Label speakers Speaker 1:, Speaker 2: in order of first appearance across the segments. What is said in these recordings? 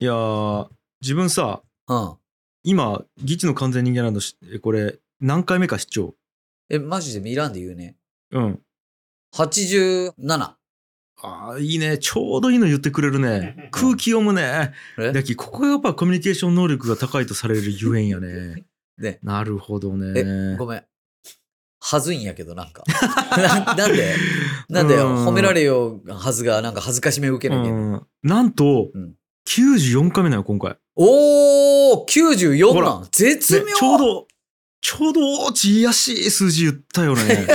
Speaker 1: いやー自分さ
Speaker 2: うん。
Speaker 1: 今ギチの完全人間ランドしこれ何回目か視聴
Speaker 2: え、マジでミランで言うね。
Speaker 1: うん
Speaker 2: 87。
Speaker 1: あーいいねちょうどいいの言ってくれる ね空気読むね
Speaker 2: え
Speaker 1: だきここがやっぱコミュニケーション能力が高いとされるゆえんや ね
Speaker 2: ね
Speaker 1: なるほど
Speaker 2: え、
Speaker 1: ね
Speaker 2: ごめん。はずいんやけど、なんか。 ななんでなんで
Speaker 1: うん
Speaker 2: 褒められようはずが、なんか恥ずかしめ受けなきゃ。
Speaker 1: うんなんと、
Speaker 2: うん
Speaker 1: 94回目だよ今回、
Speaker 2: おー !94
Speaker 1: ほ
Speaker 2: な
Speaker 1: ら
Speaker 2: ん絶
Speaker 1: ね
Speaker 2: 妙、
Speaker 1: ちょうどちょうどちやしい数字言った よね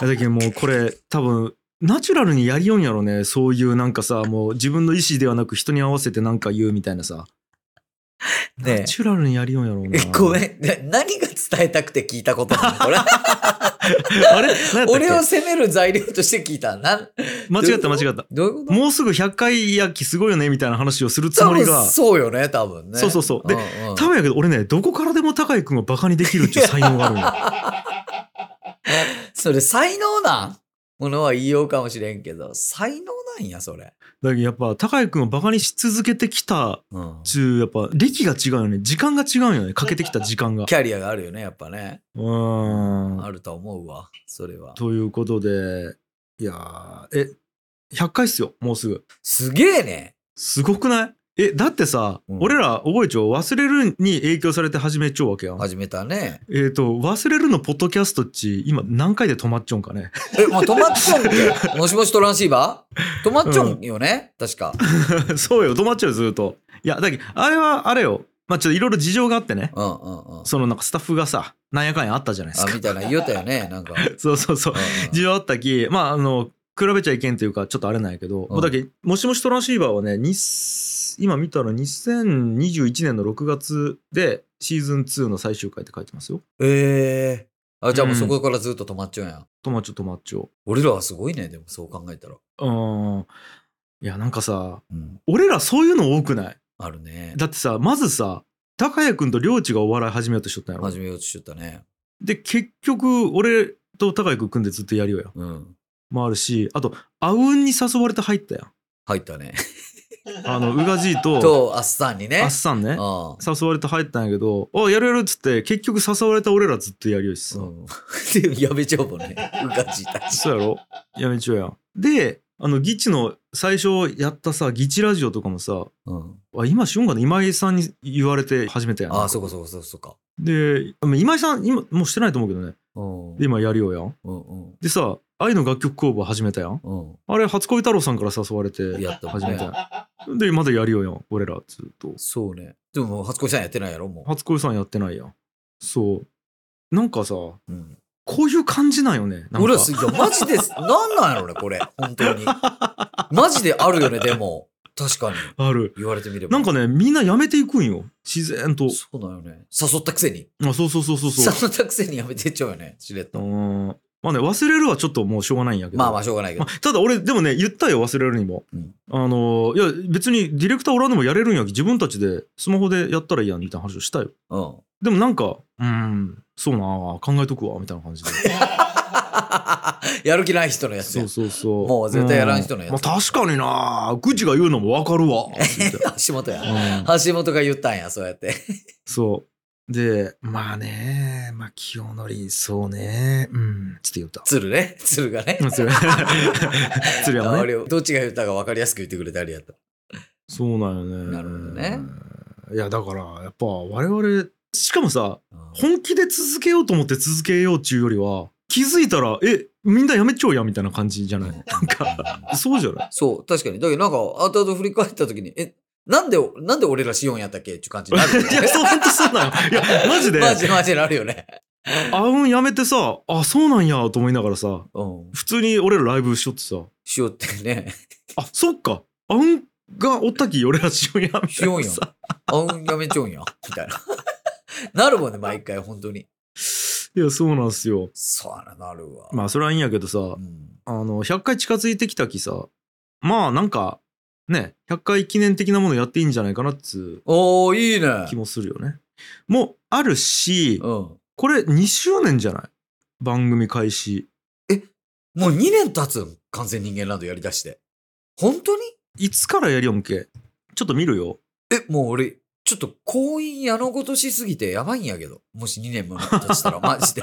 Speaker 1: だけどもうこれ多分ナチュラルにやりよんやろねそういうなんかさもう自分の意思ではなく人に合わせてなんか言うみたいなさ
Speaker 2: ね
Speaker 1: ナチュラルにやりよんやろう
Speaker 2: え
Speaker 1: な。
Speaker 2: ごめん。ね何が伝えたくて聞いたことな のこれ
Speaker 1: あれ何やったっけ
Speaker 2: 俺を責める材料として聞いた。なん
Speaker 1: 間違った間違った。
Speaker 2: どういうこと
Speaker 1: もうすぐ100回やきすごいよねみたいな話をするつもり
Speaker 2: 多
Speaker 1: が
Speaker 2: 分。そうよね、多分ね。
Speaker 1: そうそうそうで
Speaker 2: んうん
Speaker 1: 多分やけど俺ね、どこからでも高井くんをバカにできるっていう才能があるんよ
Speaker 2: それ才能なんものは言いようかもしれんけど、才能なんや、それ。
Speaker 1: だけどやっぱ高井くんをバカにし続けてきた
Speaker 2: うん。
Speaker 1: っちゅう、やっぱ歴が違うよね。時間が違うよね。かけてきた時間が。
Speaker 2: キャリアがあるよね、やっぱね。
Speaker 1: うーん。
Speaker 2: あると思うわ、それは。
Speaker 1: ということで、いやー、え、100回っすよ、もうすぐ。
Speaker 2: すげえね。
Speaker 1: すごくないえ、だってさ、
Speaker 2: うん
Speaker 1: 俺ら覚えちゃう忘れるに影響されて始めちゃうわけやん。
Speaker 2: 始めたね。
Speaker 1: えー、と、忘れるのポッドキャストっち、今何回で止まっちょんかね。
Speaker 2: え、もう止まっちょんけ。もしもしトランシーバー止まっちょんよね、確か。
Speaker 1: そうよ、止まっちゃうよ、ずっと。いや、だけどあれは、あれよ。まあ、ちょっといろいろ事情があってね。
Speaker 2: うんうんうん。
Speaker 1: そのなんかスタッフがさ、なんやかんやあったじゃないです
Speaker 2: あ、
Speaker 1: か。
Speaker 2: みたいな言うたよね、なんか。うん
Speaker 1: そうそうそう。事
Speaker 2: う
Speaker 1: 情あったき、まあ、あの、比べちゃいけんというか、ちょっとあれなんやけど、
Speaker 2: うん
Speaker 1: もうだけどもしもしトランシーバーはね、に今見たら2021年の6月で、シーズン2の最終回って書いてますよ。
Speaker 2: んえー。あ、じゃあもうそこからずっと止まっちょんや。
Speaker 1: 止まっちゃう、止まっちゃう。
Speaker 2: 俺らはすごいね、でもそう考えたら。
Speaker 1: うーん。いや、なんかさ、
Speaker 2: うん。
Speaker 1: 俺らそういうの多くない
Speaker 2: あるね。
Speaker 1: だってさまずさ高谷君と領地がお笑い始めようとしとったんやろ
Speaker 2: 始めようとしちゃったね。
Speaker 1: で結局俺と高谷君組んでずっとやりようや
Speaker 2: うん。
Speaker 1: もあるしあとあうんに誘われて入ったやん
Speaker 2: 入ったね。
Speaker 1: あの宇賀じいと
Speaker 2: と、アッサンにね。
Speaker 1: あっさんね
Speaker 2: ああ
Speaker 1: 誘われて入ったんやけど「あやるやる」っつって結局誘われた俺らずっとやりようしさ、
Speaker 2: うん。 で、やめちゃうもんね。うかじたち。
Speaker 1: そうやろやめちゃうやんであのギチの最初やったさギチラジオとかもさ
Speaker 2: うん。
Speaker 1: あ今しよんかな今井さんに言われて始めたやん
Speaker 2: ああ、そうかそうかそうかそうか。
Speaker 1: で今井さん今もうしてないと思うけどね
Speaker 2: うん。
Speaker 1: で今やるようやん
Speaker 2: うんうん
Speaker 1: でさ愛の楽曲工房始めたやん
Speaker 2: うん。
Speaker 1: あれ初恋太郎さんから誘われて
Speaker 2: やったもん
Speaker 1: 始
Speaker 2: ね
Speaker 1: めたやんでまだやるよやん俺らずっと
Speaker 2: そうね。でももう初恋さんやってないやろ、も
Speaker 1: 初恋さんやってないやんそうなんかさこ
Speaker 2: う。うん。
Speaker 1: ういう感じなんよねなん
Speaker 2: 俺
Speaker 1: から
Speaker 2: す、いや、マ ジです。なんなんやろね、これ。本当に。マジであるよね、でも。確かに。
Speaker 1: ある
Speaker 2: 言われてみれば。
Speaker 1: なんかねみんなやめていくんよ自然と
Speaker 2: そうだよね。誘ったくせに。
Speaker 1: あそうそうそうそうそう
Speaker 2: 誘ったくせにやめてっちゃうよね、しれっ
Speaker 1: う
Speaker 2: と。
Speaker 1: んまあね忘れるはちょっともうしょうがないんやけど
Speaker 2: まあまあ、しょうがないけど
Speaker 1: ま。あただ俺でもね言ったよ忘れるにも、
Speaker 2: うん
Speaker 1: あのいや別にディレクターおらんでもやれるんやき自分たちでスマホでやったらいいやんみたいな話をしたよ
Speaker 2: うん。
Speaker 1: でもなんか、うーん、そうなあ、考えとくわ、みたいな感 じで。
Speaker 2: やる気ない人のやつ
Speaker 1: そ
Speaker 2: や
Speaker 1: う。そうそう。
Speaker 2: もう絶対やらん人のやつ
Speaker 1: うんまあ確かになあ、グチが言うのもわかるわ。み たい
Speaker 2: 橋本や。
Speaker 1: なうん
Speaker 2: 橋本が言ったんや、そうやって。
Speaker 1: そう。で、まあね、まあ清則、そうね、うん、つって言った。
Speaker 2: 鶴ね。鶴がね。
Speaker 1: うん それそれ
Speaker 2: あ
Speaker 1: はね。
Speaker 2: 俺どっちが言ったか分かりやすく言ってくれてありがとう。
Speaker 1: そうなんよね。
Speaker 2: なるほどね。
Speaker 1: いや、だから、やっぱ我々、しかもさ、
Speaker 2: うん
Speaker 1: 本気で続けようと思って続けようっちゅうよりは、気づいたら、え、みんなやめちゃおうや、みたいな感じじゃない。なんか、 そうじゃない
Speaker 2: そう、確かに。だけどなんか、後々振り返った時に、え、なんで、なんで俺らシオンやったっけっていう感じに なるよね。
Speaker 1: いや、そう、本当そうなの。い や、マジで、
Speaker 2: マジマジなるよね。
Speaker 1: あうんやめてさ、あ、そうなんや、と思いながらさ、
Speaker 2: うん。
Speaker 1: 普通に俺らライブしよってさ、
Speaker 2: シオンって ね、
Speaker 1: あ、そっか、あうんがおったき、俺らしようや、みた
Speaker 2: シ
Speaker 1: い
Speaker 2: オ
Speaker 1: な
Speaker 2: ンやん
Speaker 1: さ。。
Speaker 2: あうんやめちょんやん。みたいな。 なるもんね、毎回、本当に。
Speaker 1: いや、そうなんすよ。
Speaker 2: そうな、なるわ。
Speaker 1: まあ、それはいいんやけどさ
Speaker 2: う、ん。
Speaker 1: あの、100回近づいてきたきさ、まあ、なんか、ね、100回記念的なものやっていいんじゃないかなっつ
Speaker 2: おー、いいね。
Speaker 1: う気もするよね。もあるし、
Speaker 2: うん。
Speaker 1: これ2周年じゃない番組開始。
Speaker 2: もう2年経つん完全人間ランドやりだして。本当に
Speaker 1: いつからやりよんけちょっと見るよ。
Speaker 2: え、もう俺、ちょっと婚姻やのことしすぎてやばいんやけど。もし2年も経し たら、マジで。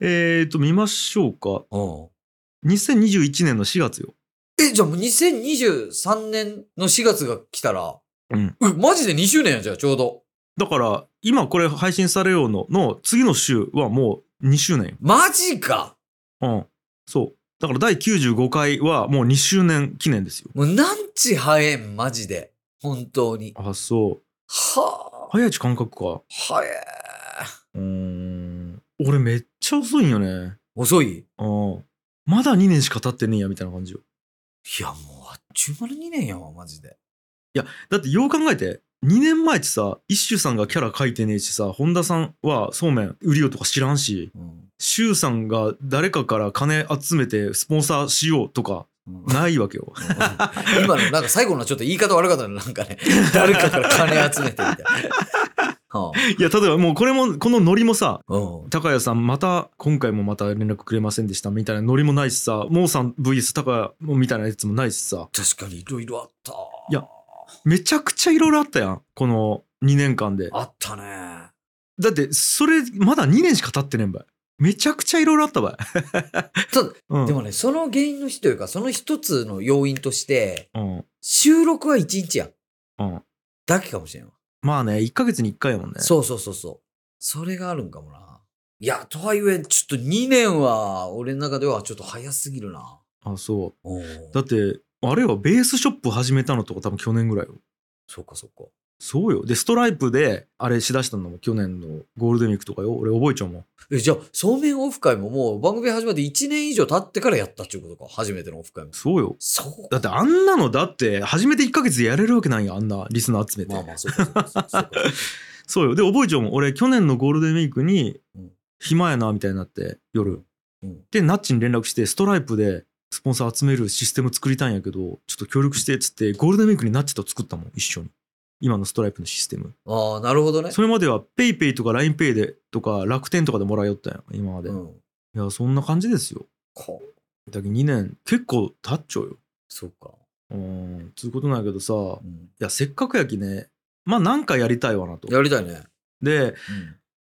Speaker 1: えーと、見ましょうか。
Speaker 2: うん。
Speaker 1: 2021年の4月よ。
Speaker 2: え、じゃあもう2023年の4月が来たら、
Speaker 1: うん。
Speaker 2: うマジで2周年や、じゃあちょうど。
Speaker 1: だから、今これ配信されようの、の次の週はもう2周年よ。
Speaker 2: マジか
Speaker 1: うん。そう。だから第95回はもう2周年記念ですよ。
Speaker 2: もうなんち早えん、マジで。本当に。
Speaker 1: あ、そう。
Speaker 2: はあ、
Speaker 1: 早いち感覚か。
Speaker 2: 早え。
Speaker 1: うーん。俺めっちゃ遅いんよね。
Speaker 2: 遅いい
Speaker 1: うん。まだ2年しか経ってねえや、みたいな感じよ。
Speaker 2: や、もうあっちゅう間の2年やわ、マジで。
Speaker 1: だってよう考えて、2年前ってさ、一周さんがキャラ書いてねえしさ、本田さんはそうめん売りようとか知らんし、
Speaker 2: うん。
Speaker 1: 周さんが誰かから金集めてスポンサーしようとか
Speaker 2: うん
Speaker 1: ないわけよ。
Speaker 2: 今のなんか最後のちょっと言い方悪かったのなんかね、誰かから金集めてみたいな。 はい
Speaker 1: や、例えばもうこれも、このノリもさ、
Speaker 2: あ、うん。
Speaker 1: 高谷さんまた今回もまた連絡くれませんでしたみたいなノリもないしさモーさん VS 高谷みたいなやつもないしさ
Speaker 2: 確かにいろいろあった。
Speaker 1: いや。めちゃくちゃいろいろあったやんこの2年間で
Speaker 2: あったね。
Speaker 1: だってそれまだ2年しか経ってねえんばいめちゃくちゃいろいろあったばい、
Speaker 2: ただ、
Speaker 1: うん、
Speaker 2: でもね、 その原因の日というか、その一つの要因として、
Speaker 1: うん
Speaker 2: 収録は1日やん。
Speaker 1: うん
Speaker 2: だけかもしれんわ。
Speaker 1: まあね1ヶ月に1回やもんね
Speaker 2: そうそうそうそう。それがあるんかもな。いや、とはいえ、ちょっと2年は、俺の中ではちょっと早すぎるな。
Speaker 1: あそう
Speaker 2: お
Speaker 1: だってあれはベースショップ始めたのとか多分去年ぐらいよ
Speaker 2: そっかそっか。
Speaker 1: そうよでストライプであれしだしたのも去年のゴールデンウィークとかよ俺覚えちゃうもん
Speaker 2: え、じゃあ、そうめんオフ会ももう番組始まって1年以上経ってからやったっていうことか。初めてのオフ会も。
Speaker 1: そうよ
Speaker 2: そう。
Speaker 1: だってあんなのだって初めて1ヶ月でやれるわけないよあんなリスナー集めて、
Speaker 2: まあまあ、そうかそうかそうかそうか。
Speaker 1: そうよで覚えちゃうもん俺去年のゴールデンウィークに
Speaker 2: うん
Speaker 1: 暇やなみたいになって夜、
Speaker 2: うん
Speaker 1: でナッチに連絡してストライプでスポンサー集めるシステム作りたいんやけどちょっと協力してっつってゴールデンウィークにナッチと作ったもん一緒に今のストライプのシステム
Speaker 2: ああ、なるほどね。
Speaker 1: それまでは PayPay とか LINEPay でとか楽天とかでもらいよったんや今まで、
Speaker 2: う
Speaker 1: い
Speaker 2: ん。
Speaker 1: やそんな感じですよ
Speaker 2: こ
Speaker 1: だけど2年結構経っちゃうよ
Speaker 2: そうか。
Speaker 1: うんつうことなんやけどさ、
Speaker 2: うん
Speaker 1: いや、せっかくやきね、まあなんかやりたいわなと。
Speaker 2: やりたいね。
Speaker 1: で、
Speaker 2: うん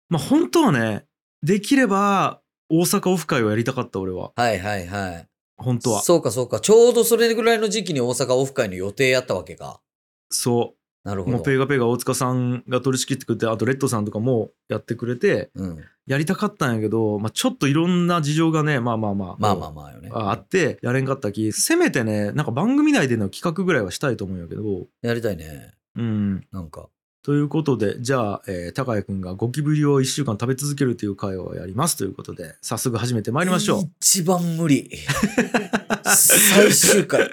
Speaker 1: まあ本当はね、できれば大阪オフ会をやりたかった俺は。
Speaker 2: はいはいはい。
Speaker 1: 本当は。
Speaker 2: そうかそうか。ちょうどそれぐらいの時期に大阪オフ会の予定やったわけか。
Speaker 1: そ
Speaker 2: なる
Speaker 1: う。
Speaker 2: ほ
Speaker 1: も
Speaker 2: ど
Speaker 1: う。ペガペガ大塚さんが取り仕切ってくれて、あとレッドさんとかもやってくれて、
Speaker 2: うん。
Speaker 1: やりたかったんやけど、まあちょっといろんな事情がね、まあまあまあ。
Speaker 2: まあまあまあよね。
Speaker 1: ああってやれんかったきせめてねなんか番組内での企画ぐらいはしたいと思うんやけど
Speaker 2: やりたいね。
Speaker 1: うん
Speaker 2: なんか。
Speaker 1: ということでじゃあ、えー、高谷くんがゴキブリを1週間食べ続けるという会をやりますということで早速始めてまいりましょう
Speaker 2: 一番無理。最終 回。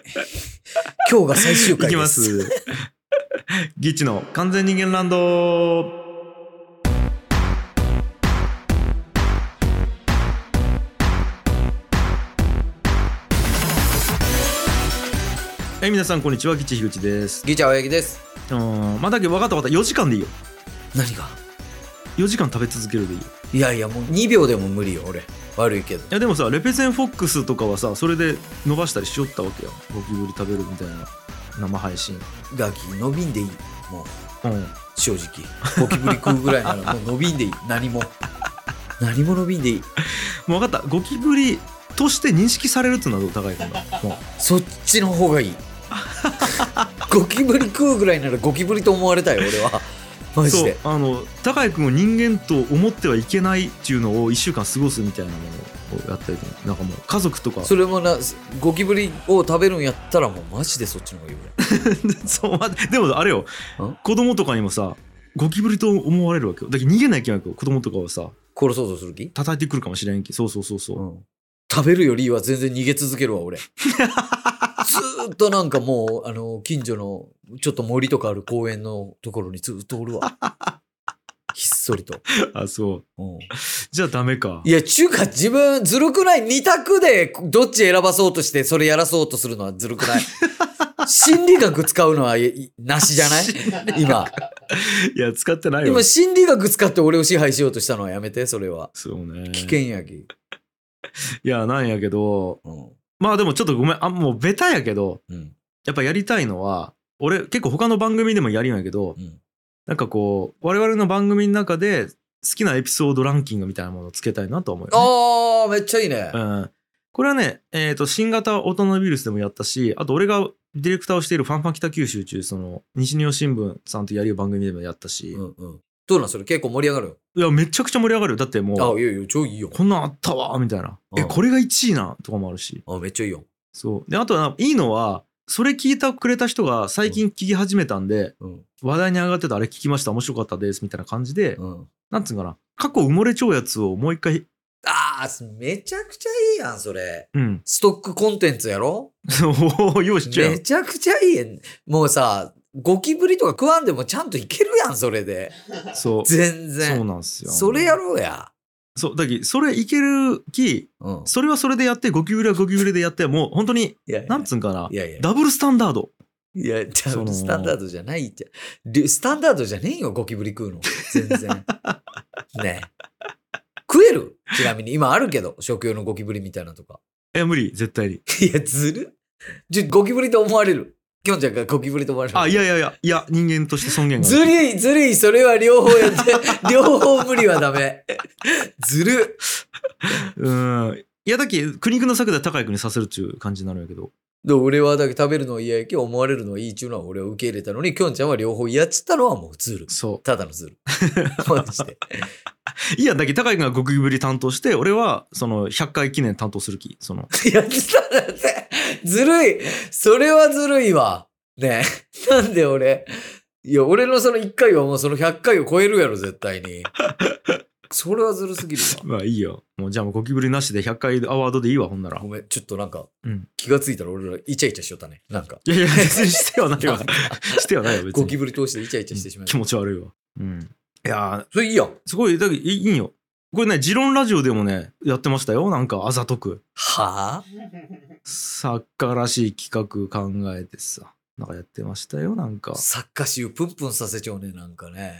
Speaker 2: 今日が最終
Speaker 1: い
Speaker 2: 回です。
Speaker 1: きま。す。ギッチの完全人間ランド。え皆さんこんにちはギッチ樋口です。
Speaker 2: ギチャ青柳です。
Speaker 1: うーんまあだけど分かった分かった4時間でいいよ。
Speaker 2: 何が
Speaker 1: 4時間食べ続けるでいいよ。
Speaker 2: いやいや、もう2秒でも無理よ、俺。悪いけど。
Speaker 1: いやでもさレペゼンフォックスとかはさそれで伸ばしたりしよったわけよ。ゴキブリ食べるみたいな生配信。
Speaker 2: ガキ、伸びんでいい。もう、
Speaker 1: うん。
Speaker 2: 正直。ゴキブリ食うぐらいなら、もう伸びんでいい。何も。何も伸びんでいい。
Speaker 1: もう分かったゴキブリとして認識されるっていうのはどう高いかな。もう
Speaker 2: そっちの方 がいい。ゴキブリ食うぐらいならゴキブリと思われたい、俺は。マジ
Speaker 1: そう
Speaker 2: で。
Speaker 1: あの高井君を人間と思ってはいけないっていうのを1週間過ごすみたいなものをやったりとかなんかもう家族とか
Speaker 2: それもな、ゴキブリを食べるんやったら、もうマジでそっちの方がいい、俺。
Speaker 1: そう待ってでもあれよ
Speaker 2: ん
Speaker 1: 子供とかにもさゴキブリと思われるわけよだけど逃げないけないわけよ子供とかはさ
Speaker 2: 殺そうとする気
Speaker 1: 叩いてくるかもしれんけそうそうそうそう、
Speaker 2: 食べるよりは全然逃げ続けるわ 俺ずーっとなんかもうあの近所のちょっと森とかある公園のところにずーっとおる わひっそりと、
Speaker 1: あそう
Speaker 2: うん
Speaker 1: じゃあダメか
Speaker 2: いや中華自分ずるくない二択でどっち選ばそうとしてそれやらそうとするのはずるくない 心理学使うのはいいなしじゃない今
Speaker 1: いや使ってないよ
Speaker 2: 今心理学使って俺を支配しようとしたのはやめてそれは
Speaker 1: そうね
Speaker 2: 危険やき、
Speaker 1: いやなんやけど
Speaker 2: うん
Speaker 1: まあでもちょっとごめんあもうベタやけど
Speaker 2: うん、
Speaker 1: やっぱやりたいのは俺結構他の番組でもやるんやけど、
Speaker 2: うん
Speaker 1: なんかこう我々の番組の中で好きなエピソードランキングみたいなものをつけたいなとは思うよ、ね
Speaker 2: あー、めっちゃいいね。
Speaker 1: うん、これはね、えー、と新型オトナウイルスでもやったしあと俺がディレクターをしている「ファンファン北九州中」その西日本新聞さんとやる番組でもやったし、
Speaker 2: うんうん。どうなんそれ結構盛り上がる。
Speaker 1: いやめちゃくちゃ盛り上がるよだってもう
Speaker 2: あ、いやいや、超いいよ。
Speaker 1: こんなんあったわみたいな、
Speaker 2: うん
Speaker 1: えこれが1位なとかもあるし
Speaker 2: あ、めっちゃいいよ。
Speaker 1: そうであとはいいのはそれ聞いてくれた人が最近聞き始めたんで、
Speaker 2: うん。
Speaker 1: 話題に上がってたあれ聞きました面白かったですみたいな感じで、
Speaker 2: うん。
Speaker 1: なんつうんかな過去埋もれちゃうやつをもう一回
Speaker 2: あー、めちゃくちゃいいやん、それ。
Speaker 1: うん
Speaker 2: ストックコンテンツやろ
Speaker 1: おー用意しちゃう
Speaker 2: めちゃくちゃいいやん。もうさ、ゴキブリとか食わんでもちゃんといけるやん、それで。
Speaker 1: そう
Speaker 2: 全然。
Speaker 1: そうなんですよ
Speaker 2: それやろうや。
Speaker 1: そうだけどそれいけるき
Speaker 2: うん。
Speaker 1: それはそれでやってゴキブリはゴキブリでやってもう本当に
Speaker 2: いやいや
Speaker 1: なんつうんかない
Speaker 2: やいや。
Speaker 1: ダブルスタンダード
Speaker 2: いや、ちゃ
Speaker 1: その
Speaker 2: スタンダードじゃないって。りスタンダードじゃねえよ、ゴキブリ食うの。全然。 ねえ。食えるちなみに、今あるけど、食用のゴキブリみたいなとか。
Speaker 1: え無理絶対に
Speaker 2: いや、ずる。じゃ、ゴキブリと思われる。きょんちゃんがゴキブリと思われる。
Speaker 1: あいやいやいやいや人間として尊厳がある
Speaker 2: ずるい、ずるい、それは両方 やって、両方無理はダメ。ずる。
Speaker 1: うんいやだけど苦肉の策で高井君にさせるっちゅう感じになるんやけど
Speaker 2: で俺はだけ食べるのは嫌やけ、思われるのはいいっちゅうのは俺は受け入れたのに、きょんちゃんは両方嫌っつったのはもうずる。
Speaker 1: そ
Speaker 2: ただの ずる。マジで。
Speaker 1: ういやだけど高井君がゴキブリ担当して俺はその100回記念担当する気その
Speaker 2: いやっただって、ずるい。それはずるいわ。ねえなんで俺。いや、俺のその1回はもうその100回を超えるやろ、絶対に。それはずるすぎる
Speaker 1: ま
Speaker 2: わ。
Speaker 1: あいいよ。もうじゃあもうゴキブリなしで100回アワードでいいわ、ほんなら
Speaker 2: ご。めん、ちょっとなんか、
Speaker 1: うん
Speaker 2: 気がついたら俺らイチャイチャしよったね。なんか。
Speaker 1: いやいや、別にしては ないわ。してはないわ、別に。
Speaker 2: ゴキブリ通してイチャイチャしてしまいまし
Speaker 1: 気
Speaker 2: た。
Speaker 1: 持ち悪いわ。うん。いやー、
Speaker 2: それいいやん。
Speaker 1: すごい、だけどいいいいよ。これね、ジロンラジオでもね、やってましたよ。なんか、あざとく。
Speaker 2: はあ。
Speaker 1: 作家らしい企画考えてさ。なんかやってましたよ、なんか
Speaker 2: 作家集プンプンさせちゃうね、なん かね。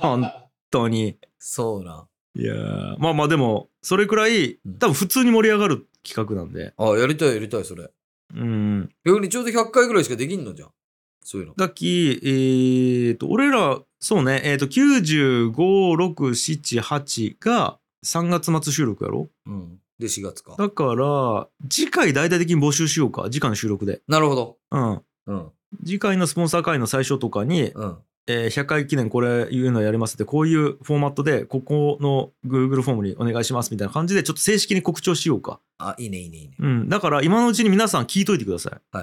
Speaker 1: 本当に。
Speaker 2: そうなん。
Speaker 1: いやーまあまあでも、それくらい
Speaker 2: うん、
Speaker 1: 多分普通に盛り上がる企画なんで。
Speaker 2: あ、やりたい、やりたい、それ。
Speaker 1: うん。
Speaker 2: 逆にちょうど100回ぐらいしかできんのじゃん。そういうの。
Speaker 1: だき、えー、と、俺ら、そうね、えー、と、95、6、7、8が3月末収録やろ
Speaker 2: うん。で、4月か。
Speaker 1: だから、次回大々的に募集しようか、次回の収録で。
Speaker 2: なるほど。
Speaker 1: うん。
Speaker 2: うん。
Speaker 1: 次回のスポンサー会の最初とかに、
Speaker 2: うん。
Speaker 1: えー100回記念これ言うのやりますって、こういうフォーマットで、ここの Google フォームにお願いしますみたいな感じで、ちょっと正式に告知をしようか。
Speaker 2: あ、いいね、いいね、いいね。
Speaker 1: うん。だから、今のうちに皆さん聞いといてください。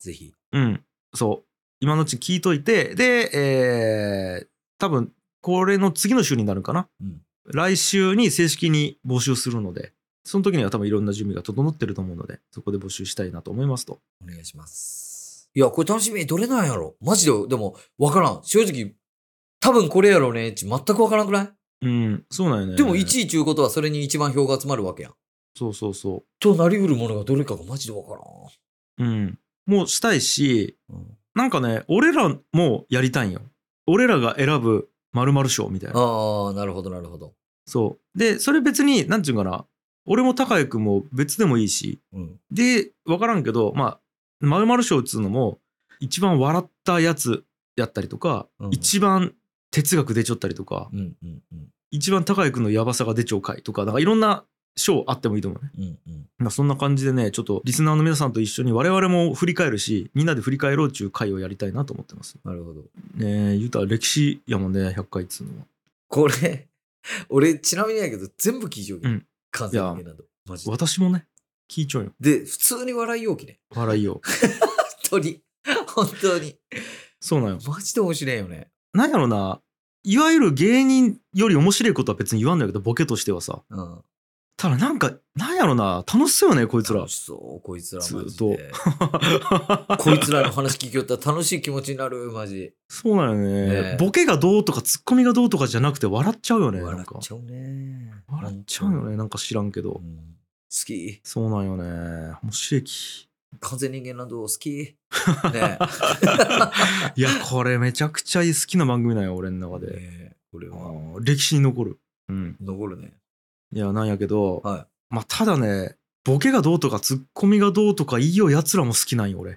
Speaker 2: ぜひ。
Speaker 1: うん、そう。今のうち聞いといて、で、えー、多分これの次の週になるかな。
Speaker 2: うん
Speaker 1: 来週に正式に募集するので、その時には多分いろんな準備が整ってると思うので、そこで募集したいなと思いますと。
Speaker 2: お願いします。いや、これ楽しみにどれなんやろマジで、でも、わからん。正直、多分これやろうねち全くわからんくない
Speaker 1: うん、そうなんよね。
Speaker 2: でも1位ちゅうことはそれに一番票が集まるわけやん。
Speaker 1: そうそうそ
Speaker 2: となりうるものがどれかがマジでわからん。
Speaker 1: う。うん。もうしたいし、
Speaker 2: うん、
Speaker 1: なんかね、俺らもやりたいんよ。俺らが選ぶ〇〇賞みたいな。
Speaker 2: ああ、なるほど、なるほど。
Speaker 1: そう。で、それ別に、なんていうかな、俺も高井君も別でもいいし、
Speaker 2: うん。
Speaker 1: で、わからんけど、まあ、まるまる賞っつうのも、一番笑ったやつやったりとか、
Speaker 2: うん
Speaker 1: 一番哲学出ちゃったりとか、
Speaker 2: うん、うん、うん。
Speaker 1: 一番高井君のやばさが出ちゃう回とか、なんかいろんな賞あってもいいと思うね。
Speaker 2: うん、うん。
Speaker 1: まあそんな感じでね、ちょっとリスナーの皆さんと一緒に我々も振り返るし、みんなで振り返ろうっちゅう回をやりたいなと思ってます。
Speaker 2: なるほど。
Speaker 1: ねえ、言うたら歴史やもんね、100回っつうのは。
Speaker 2: これ、俺、ちなみにやけど、全部聞いちゃうけど
Speaker 1: うん
Speaker 2: 完全になど。マジで。
Speaker 1: 私もね、聞いちゃうよ。
Speaker 2: で、普通に笑いようきね。
Speaker 1: 笑いよ。
Speaker 2: 本当に。本当に。
Speaker 1: そうなんよ。
Speaker 2: マジで面白いよね。
Speaker 1: なんやろな、いわゆる芸人より面白いことは別に言わんのやけど、ボケとしてはさ、
Speaker 2: うん。
Speaker 1: ただなんか、なんやろな、楽しそうよね、こいつら
Speaker 2: 楽。しそう、こいつら。
Speaker 1: ずっと
Speaker 2: マジで こいつらの話聞きよったら楽しい気持ちになる、マジ。
Speaker 1: そうなのね
Speaker 2: ねえ
Speaker 1: ボケがどうとか、ツッコミがどうとかじゃなくて、笑っちゃうよね、な
Speaker 2: 笑
Speaker 1: んか
Speaker 2: っ。ちゃうね。
Speaker 1: 笑っちゃうよね、なんか知らんけ
Speaker 2: う
Speaker 1: ど。
Speaker 2: ん。好き。
Speaker 1: そうなんよね。面白い き。
Speaker 2: 完全人間など 好き。ね
Speaker 1: いや、これめちゃくちゃ好きな番組なんよ、俺の中
Speaker 2: え。
Speaker 1: で。
Speaker 2: ねえこれ
Speaker 1: あ
Speaker 2: は
Speaker 1: ー歴史に残る。うん。
Speaker 2: 残るね。
Speaker 1: いや、なんやけど、
Speaker 2: は
Speaker 1: まあ、ただね、ボケがどうとか、ツッコミがどうとか、いいよ、奴らも好きなんよ、俺。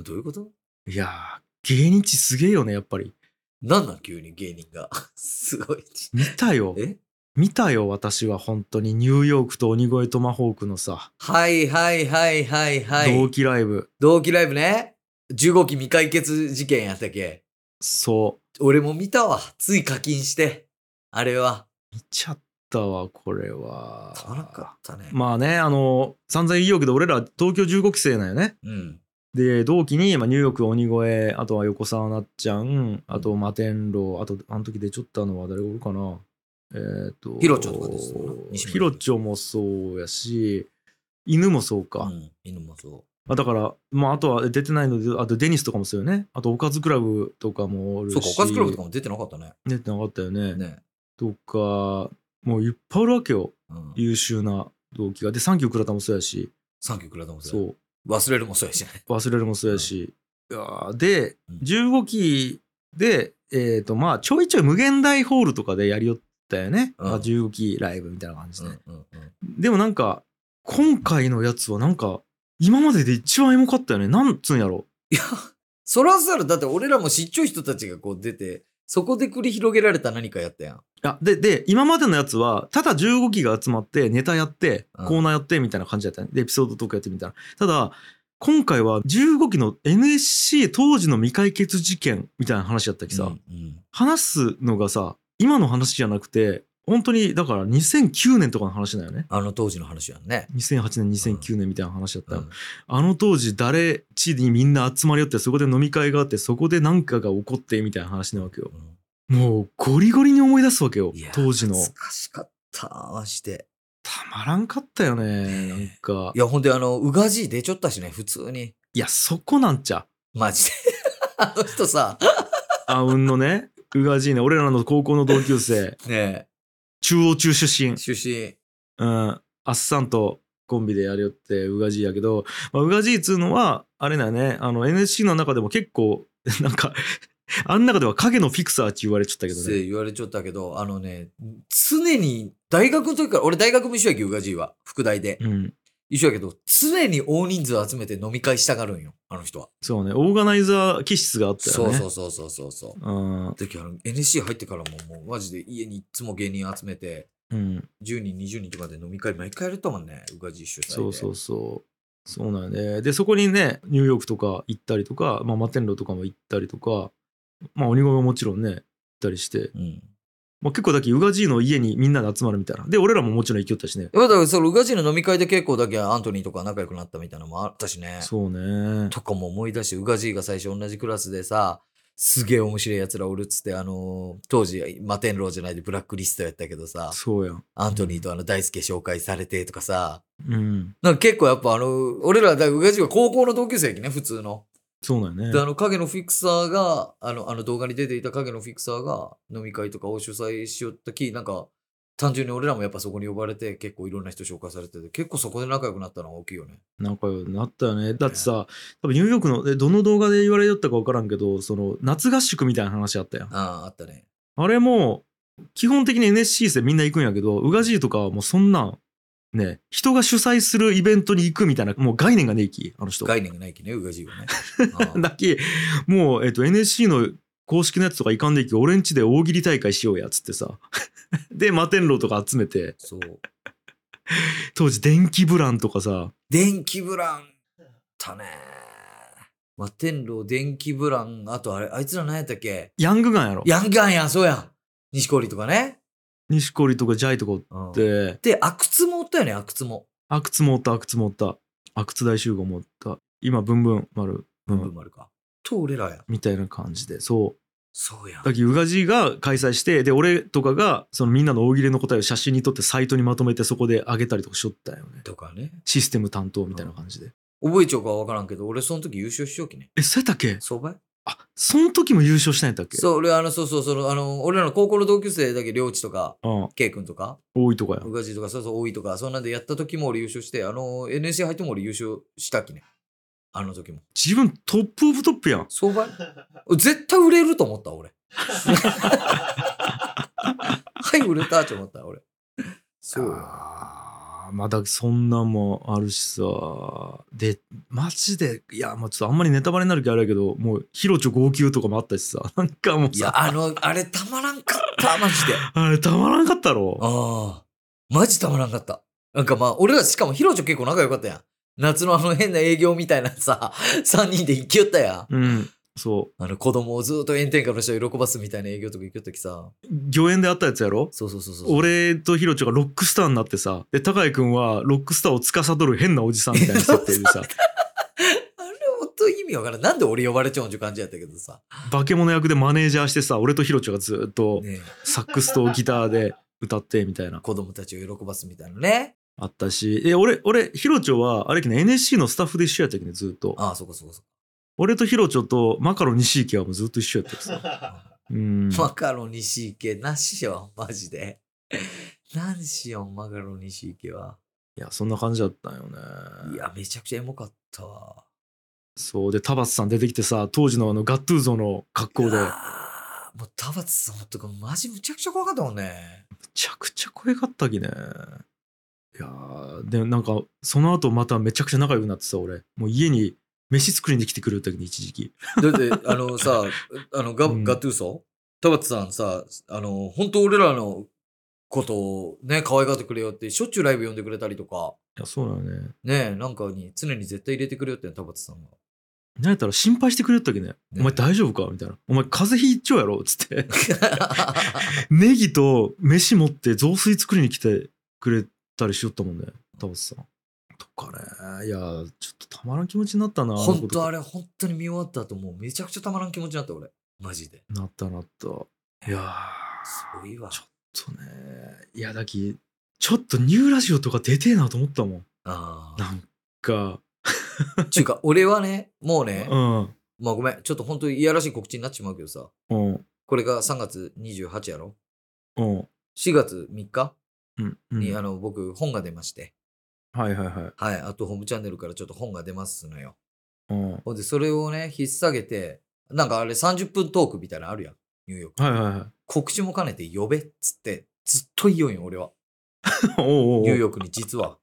Speaker 2: い。どういうこと
Speaker 1: いやー、芸人値すげえよね、やっぱり。
Speaker 2: なんなん急に芸人が。 すごい。
Speaker 1: 見たよ。
Speaker 2: え
Speaker 1: 見たよ、私は本当に。ニューヨークと鬼越トマホークのさ、
Speaker 2: はいはいはいはいは
Speaker 1: 同
Speaker 2: い。
Speaker 1: 期ライブ。
Speaker 2: 同期ライブね。15期未解決事件やったけ。
Speaker 1: そ
Speaker 2: 俺も見たわ。つい課金して。あれは。
Speaker 1: う。見ちゃったわ、これは。
Speaker 2: 買わなかったね。
Speaker 1: まあね、あの、散々言いようけど、俺ら東京15期生なんよね。
Speaker 2: うん。
Speaker 1: で、同期に、まあ、ニューヨーク、鬼越、あとは横澤なっちゃん、あと、摩天楼、あと、あの時出ちょったのは誰がおるかな。えっ、と、
Speaker 2: ヒロチョとかですよね西村
Speaker 1: ヒロチョもそうやし、犬もそうか。
Speaker 2: うん、犬もそう。
Speaker 1: まあ、だから、まあ、あとは出てないので、あとデニスとかもそうよね。あと、おかずクラブとかもおるし。
Speaker 2: そうか、おかずクラブとかも出てなかったね。
Speaker 1: 出てなかったよね。
Speaker 2: ね。
Speaker 1: とか、もういっぱいおるわけよ。
Speaker 2: うん。
Speaker 1: 優秀な同期が。で、サンキュー倉田もそうやし、
Speaker 2: サンキュー倉田もそう
Speaker 1: そ
Speaker 2: や。
Speaker 1: う。
Speaker 2: 忘れるもそうやしね。
Speaker 1: 忘れるもそうやし、いやーで
Speaker 2: うん
Speaker 1: 15期でえっ、とまあちょいちょい無限大ホールとかでやりよったよね、
Speaker 2: うん
Speaker 1: あ15期ライブみたいな感じで、
Speaker 2: うんうんうん
Speaker 1: でもなんか今回のやつはなんか今までで一番エモかったよねなんつうんやろ
Speaker 2: そらそら、だって俺らも知っちょい人たちがこう出て、そこで繰り広げられた何かやったやん。
Speaker 1: あでで今までのやつはただ15期が集まってネタやって
Speaker 2: うん
Speaker 1: コーナーやってみたいな感じだったね、でエピソードトークやってみたいなただ今回は15期の NSC 当時の未解決事件みたいな話やったきさ、
Speaker 2: うんうん
Speaker 1: 話すのがさ今の話じゃなくて本当にだから2009年とかの話だよね
Speaker 2: あの当時の話やんね。
Speaker 1: 2008年2009年みたいな話だった
Speaker 2: う
Speaker 1: よ、
Speaker 2: ん
Speaker 1: あの当時誰地にみんな集まり寄ってそこで飲み会があってそこで何かが起こってみたいな話なわけよ
Speaker 2: うん
Speaker 1: もうゴリゴリに思い出すわけよ
Speaker 2: いや
Speaker 1: 当時の
Speaker 2: 懐かしかった、マジで。
Speaker 1: たまらんかったよね
Speaker 2: ね
Speaker 1: なんか
Speaker 2: いや、ほんで、あの、うがじい出ちょったしね、普通に。
Speaker 1: いやそこなんちゃ
Speaker 2: マジで。 あの人さ、
Speaker 1: あうんのね 宇賀じいね俺らの高校の同級生
Speaker 2: ね
Speaker 1: 中央中出身
Speaker 2: え、出身。
Speaker 1: うん、アッサンとコンビでやるよってウガジーやけど、まあ、ウガジーっつうのはあれだよねあの NSC の中でも結構 なんかあん中では影のフィクサーって言われちゃったけど
Speaker 2: せ
Speaker 1: ね
Speaker 2: 言われちょったけど、あのね、常に、大学の時から、俺大学も一緒やけ、うがじいは。副大で。
Speaker 1: うん
Speaker 2: 一緒やけど、常に大人数集めて飲み会したがるんよ、あの人は。
Speaker 1: そうねオーガナイザー気質があったよ
Speaker 2: そう
Speaker 1: ね
Speaker 2: そううそうそうそうそう。
Speaker 1: ん
Speaker 2: 時あの NSC 入ってからももうマジで家にいっつも芸人集めて
Speaker 1: うん、
Speaker 2: 10人20人とかで飲み会毎回やるともんねうがじ主催で
Speaker 1: そうそうそうそうなんよねでそこにねニューヨークとか行ったりとか、まあ、摩天楼とかも行ったりとかまあ鬼越ももちろんね行ったりして、
Speaker 2: うん
Speaker 1: まあ、結構だけウガジーの家にみんなで集まるみたいなで俺らももちろん行きよったしね
Speaker 2: だからそのうがじの飲み会で結構だけアントニーとか仲良くなったみたいなのもあったしね
Speaker 1: そうね
Speaker 2: とかも思い出してうがじが最初同じクラスでさすげえ面白いやつらおるっつってあのー当時摩天楼じゃないでブラックリストやったけどさ
Speaker 1: そうやん
Speaker 2: アントニーとあの大輔紹介されてとかさ
Speaker 1: うん
Speaker 2: なんか結構やっぱあの俺らだからうがじは高校の同級生やきね普通の
Speaker 1: そうだよね
Speaker 2: で、あの、影のフィクサーが、あの、あの動画に出ていた影のフィクサーが飲み会とかを主催しよったき、なんか、単純に俺らもやっぱそこに呼ばれて、結構いろんな人紹介されてて、結構そこで仲良くなったのは大きいよね。
Speaker 1: 仲良くなったよねだってさ多分ニューヨークのえどの動画で言われよったか分からんけどその夏合宿みたいな話あったやん
Speaker 2: ああ、あったね。
Speaker 1: あれも基本的に NSC 生みんな行くんやけど宇賀爺とかはもうそんなんね人が主催するイベントに行くみたいなもう概念がねえきあの人
Speaker 2: 概念がないきね、うがじ いはね。
Speaker 1: だっきもう、えっと NSC の公式のやつとか行かんでいき俺んちで大喜利大会しようやっつってさ で摩天楼とか集めて
Speaker 2: そう。
Speaker 1: 当時電気ブランとかさ
Speaker 2: 電気ブラン、たね摩天楼、電気ブラン、あとあれ、あいつら何やったっけ
Speaker 1: ヤングガンやろ
Speaker 2: ヤンガンやん、そうやん。錦織とかね。
Speaker 1: 錦織とかジャイとかおっ
Speaker 2: うん、
Speaker 1: て
Speaker 2: で、阿久津もおったよね、阿久津も。
Speaker 1: 阿久津もおった阿久津もおった阿久津大集合もおった今ブンブン丸、う
Speaker 2: 文
Speaker 1: ん、
Speaker 2: もあるか。と、俺らやん。
Speaker 1: みたいな感じでそう
Speaker 2: そうやん
Speaker 1: だ。き宇賀爺が開催してで俺とかがそのみんなの大喜利の答えを写真に撮ってサイトにまとめてそこで上げたりとかしよったよね
Speaker 2: とかね。
Speaker 1: システム担当みたいな感じで、
Speaker 2: 覚えちゃうかは分からんけど、俺その時優勝しようきね。
Speaker 1: えそうやったっけ
Speaker 2: 相場や
Speaker 1: あその時も優勝したんやったっけ
Speaker 2: そう、俺、あの、そうそう、その、あの、俺らの高校の同級生だけ、りょうちとか、
Speaker 1: うん
Speaker 2: けいくんとか、
Speaker 1: 多いとかや
Speaker 2: うがじとか、そうそう、多いとか、そんなんでやった時も俺優勝して、あの、NSC 入っても俺優勝したきね。あの時も。
Speaker 1: 自分トップオブトップやん
Speaker 2: 相場や 絶対売れると思った、俺。はい、売れたと思った、俺。そうよ。
Speaker 1: ああまだそんなんもあるしさでマジでいやもうちょっとあんまりネタバレになる気あれやけどもうヒロチョ号泣とかもあったしさなんかもう
Speaker 2: いや、
Speaker 1: さ
Speaker 2: あの、あれたまらんかった、マジで。あ
Speaker 1: あれたまらんかったろ
Speaker 2: あ。マジたまらんかった。なんかまあ、俺らしかもヒロチョ結構仲良かったやん。夏のあの変な営業みたいなさ、3人で 行きよったやん。
Speaker 1: うんそ
Speaker 2: あの子供をずっと炎天下の人を喜ばすみたいな営業とか行きよったきさ。
Speaker 1: う御苑であったやつやろ
Speaker 2: そうそうそうそう。
Speaker 1: 俺とヒロチョがロックスターになってさで高井君はロックスターを司る変なおじさんみたいな設定で さ
Speaker 2: あれ本当意味わからん。なんで俺呼ばれちゃうんじゃ感じやったけどさ。
Speaker 1: 化け物役でマネージャーしてさ俺とヒロチョがずっと
Speaker 2: ねえ
Speaker 1: サックスとギターで歌ってみたいな
Speaker 2: 子供たちを喜ばすみたいなね。
Speaker 1: あったしえ俺俺ヒロチョはあれやけね NSC のスタッフで一緒やったっけねずっと
Speaker 2: ああ、そうかそうかそう
Speaker 1: 俺とヒロチョとマカロ西池はもうずっと一緒やったっけ さ
Speaker 2: か。
Speaker 1: うん
Speaker 2: マカロニシ池なしよ、マジで。なんしよ、マカロニシ池は。
Speaker 1: いやそんな感じだったんよね
Speaker 2: いや、めちゃくちゃエモかったわ。
Speaker 1: そうで田畑さん出てきてさ当時のあのガットゥーゾの格好でめ
Speaker 2: あーもう田畑さんとかマジむちゃくちゃ怖かったもんね。
Speaker 1: ちゃくちゃ声があったきねいやーでなんかその後まためちゃくちゃ仲良くなってさ俺もう家に飯作りに来てくれる時に一時期
Speaker 2: だって、あの さ、あのガ、
Speaker 1: うん
Speaker 2: ガトゥーソ田畑さんさ、あの、本当俺らのことをね、可愛がってくれよって、しょっちゅうライブ呼んでくれたりとか、
Speaker 1: いやそうなのね
Speaker 2: ね、なんかに常に絶対入れてくれよって、田畑さんが。
Speaker 1: なんやったら心配してくれる時ね「お前大丈夫か?」みたいな「お前風邪ひいちゃうやろ」っつって ネギと飯持って雑炊作りに来てくれたりしよったもんね、田畑さん。とかね、いや、ちょっとたまらん気持ちになったな、
Speaker 2: 本当あ
Speaker 1: れ。
Speaker 2: れ、本当に見終わった後、もうめちゃくちゃたまらん気持ちになった、俺。マジで。
Speaker 1: なったなった。いや
Speaker 2: すごいわ。
Speaker 1: ちょー、とね、いやだき、ちょっとニューラジオとか出てえなと思ったもん。
Speaker 2: ああ。
Speaker 1: なんか、
Speaker 2: ちゅうか、俺はね、もうね、
Speaker 1: うん、
Speaker 2: まあごめん、ちょっと本当にいやらしい告知になっちまうけどさ、
Speaker 1: うん、
Speaker 2: これが3月28やろ
Speaker 1: うん、
Speaker 2: ?4 月3日
Speaker 1: うん、うん。
Speaker 2: に、あ
Speaker 1: はい
Speaker 2: の、僕、本が出まして、
Speaker 1: はいはい。
Speaker 2: はい、アットホームチャンネルからちょっと本が出ますのよ。
Speaker 1: うん、はい
Speaker 2: ほんで、それをね、引っ提げて、なんかあれ30分トークみたいなのあるやん、ニューヨーク。
Speaker 1: はい は
Speaker 2: 告知も兼ねて呼べっつって、ずっといいよんよ、俺は。
Speaker 1: い。おうおうおう
Speaker 2: ニューヨークに実は。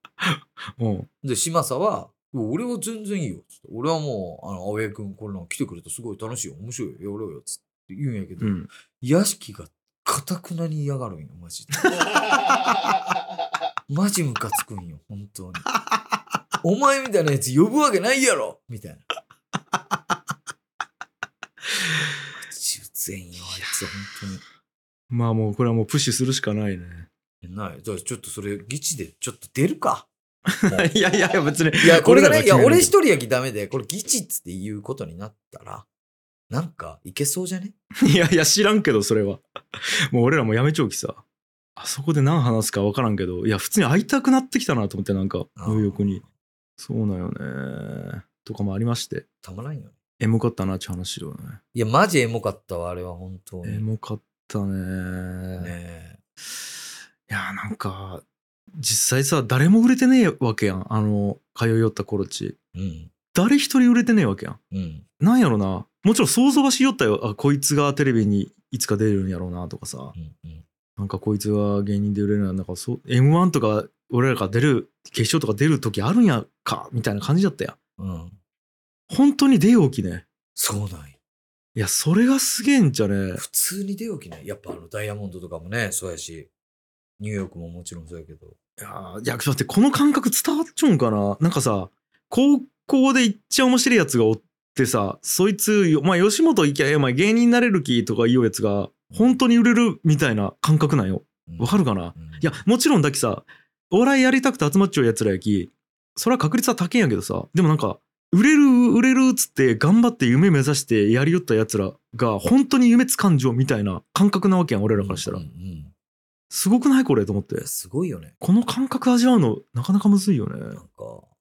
Speaker 1: うん
Speaker 2: で、嶋佐は、いや俺は全然いいよ、つって。俺はもう、あの、青江君、これなんか来てくれたらすごい楽しいよ、面白いよ、やろうよ、つって言うんやけど、
Speaker 1: うん。
Speaker 2: 屋敷がかたくなに嫌がるんよマ ジでマジムカつくんよ本当にお前みたいなやつ呼ぶわけないやろみたいな口うぜんよあいつ本
Speaker 1: まあもうこれはもうプッシュするしかないね。
Speaker 2: 当にないじゃあちょっとそれ議事でちょっと出るか
Speaker 1: いやいやいや、別に。
Speaker 2: いやこれがねい
Speaker 1: 俺らが
Speaker 2: や
Speaker 1: 決める
Speaker 2: 俺一人やきダメでこれ議事っつって言うことになったらなんかいけそうじゃね
Speaker 1: いやいや、知らんけど、それは。もう俺らもやめちゃうきさ。あそこで何話すか分からんけど、いや、普通に会いたくなってきたなと思って、なんか、ニ
Speaker 2: あー
Speaker 1: ューヨークに。そうなんよね。とかもありまして。
Speaker 2: たまらんよね
Speaker 1: エモかったなって話よね。
Speaker 2: いやマジエモかったわあれは本当
Speaker 1: エ
Speaker 2: にね
Speaker 1: モかったね。
Speaker 2: え
Speaker 1: いや、なんか、実際さ、誰も売れてねえわけやん。あの、通いよった頃ち。
Speaker 2: うん。
Speaker 1: 誰一人売れてねえわけやん。
Speaker 2: うん。
Speaker 1: なんやろな。もちろん想像はしよったよ。あ、こいつがテレビにいつか出るんやろうなとかさ。
Speaker 2: うん。うん。
Speaker 1: なんかこいつは芸人で売れるななんかそう m 1とか俺らが出る決勝とか出る時あるんやかみたいな感じだったや
Speaker 2: うん。
Speaker 1: ん本当に出ようきね
Speaker 2: そうなんや。
Speaker 1: いやそれがすげえんじゃね
Speaker 2: 普通に出ようきね。やっぱあのダイヤモンドとかもね、そうやし、ニューヨークももちろんそうやけど。
Speaker 1: いやーいやちょっと待ってこの感覚伝わっちゃうんかななんかさ高校でいっちゃ面白いやつがおってさそいつお前吉本行きゃええお前芸人になれる気とか言うやつが本当に売れるみたいな感覚なんよわかるかな
Speaker 2: うん、
Speaker 1: いや、もちろんだきさ、お笑いやりたくて集まっちゃうやつらやき、それは確率は高いんやけどさ、でもなんか、売れる、売れるっつって、頑張って夢目指してやりよったやつらが、本当に夢つかんじょみたいな感覚なわけやん、俺らからしたら
Speaker 2: うん。うんうん
Speaker 1: すごくないこれと思って
Speaker 2: いや。すごいよね。
Speaker 1: この感覚味わうの、なかなかむずいよ
Speaker 2: なん
Speaker 1: ね。
Speaker 2: か、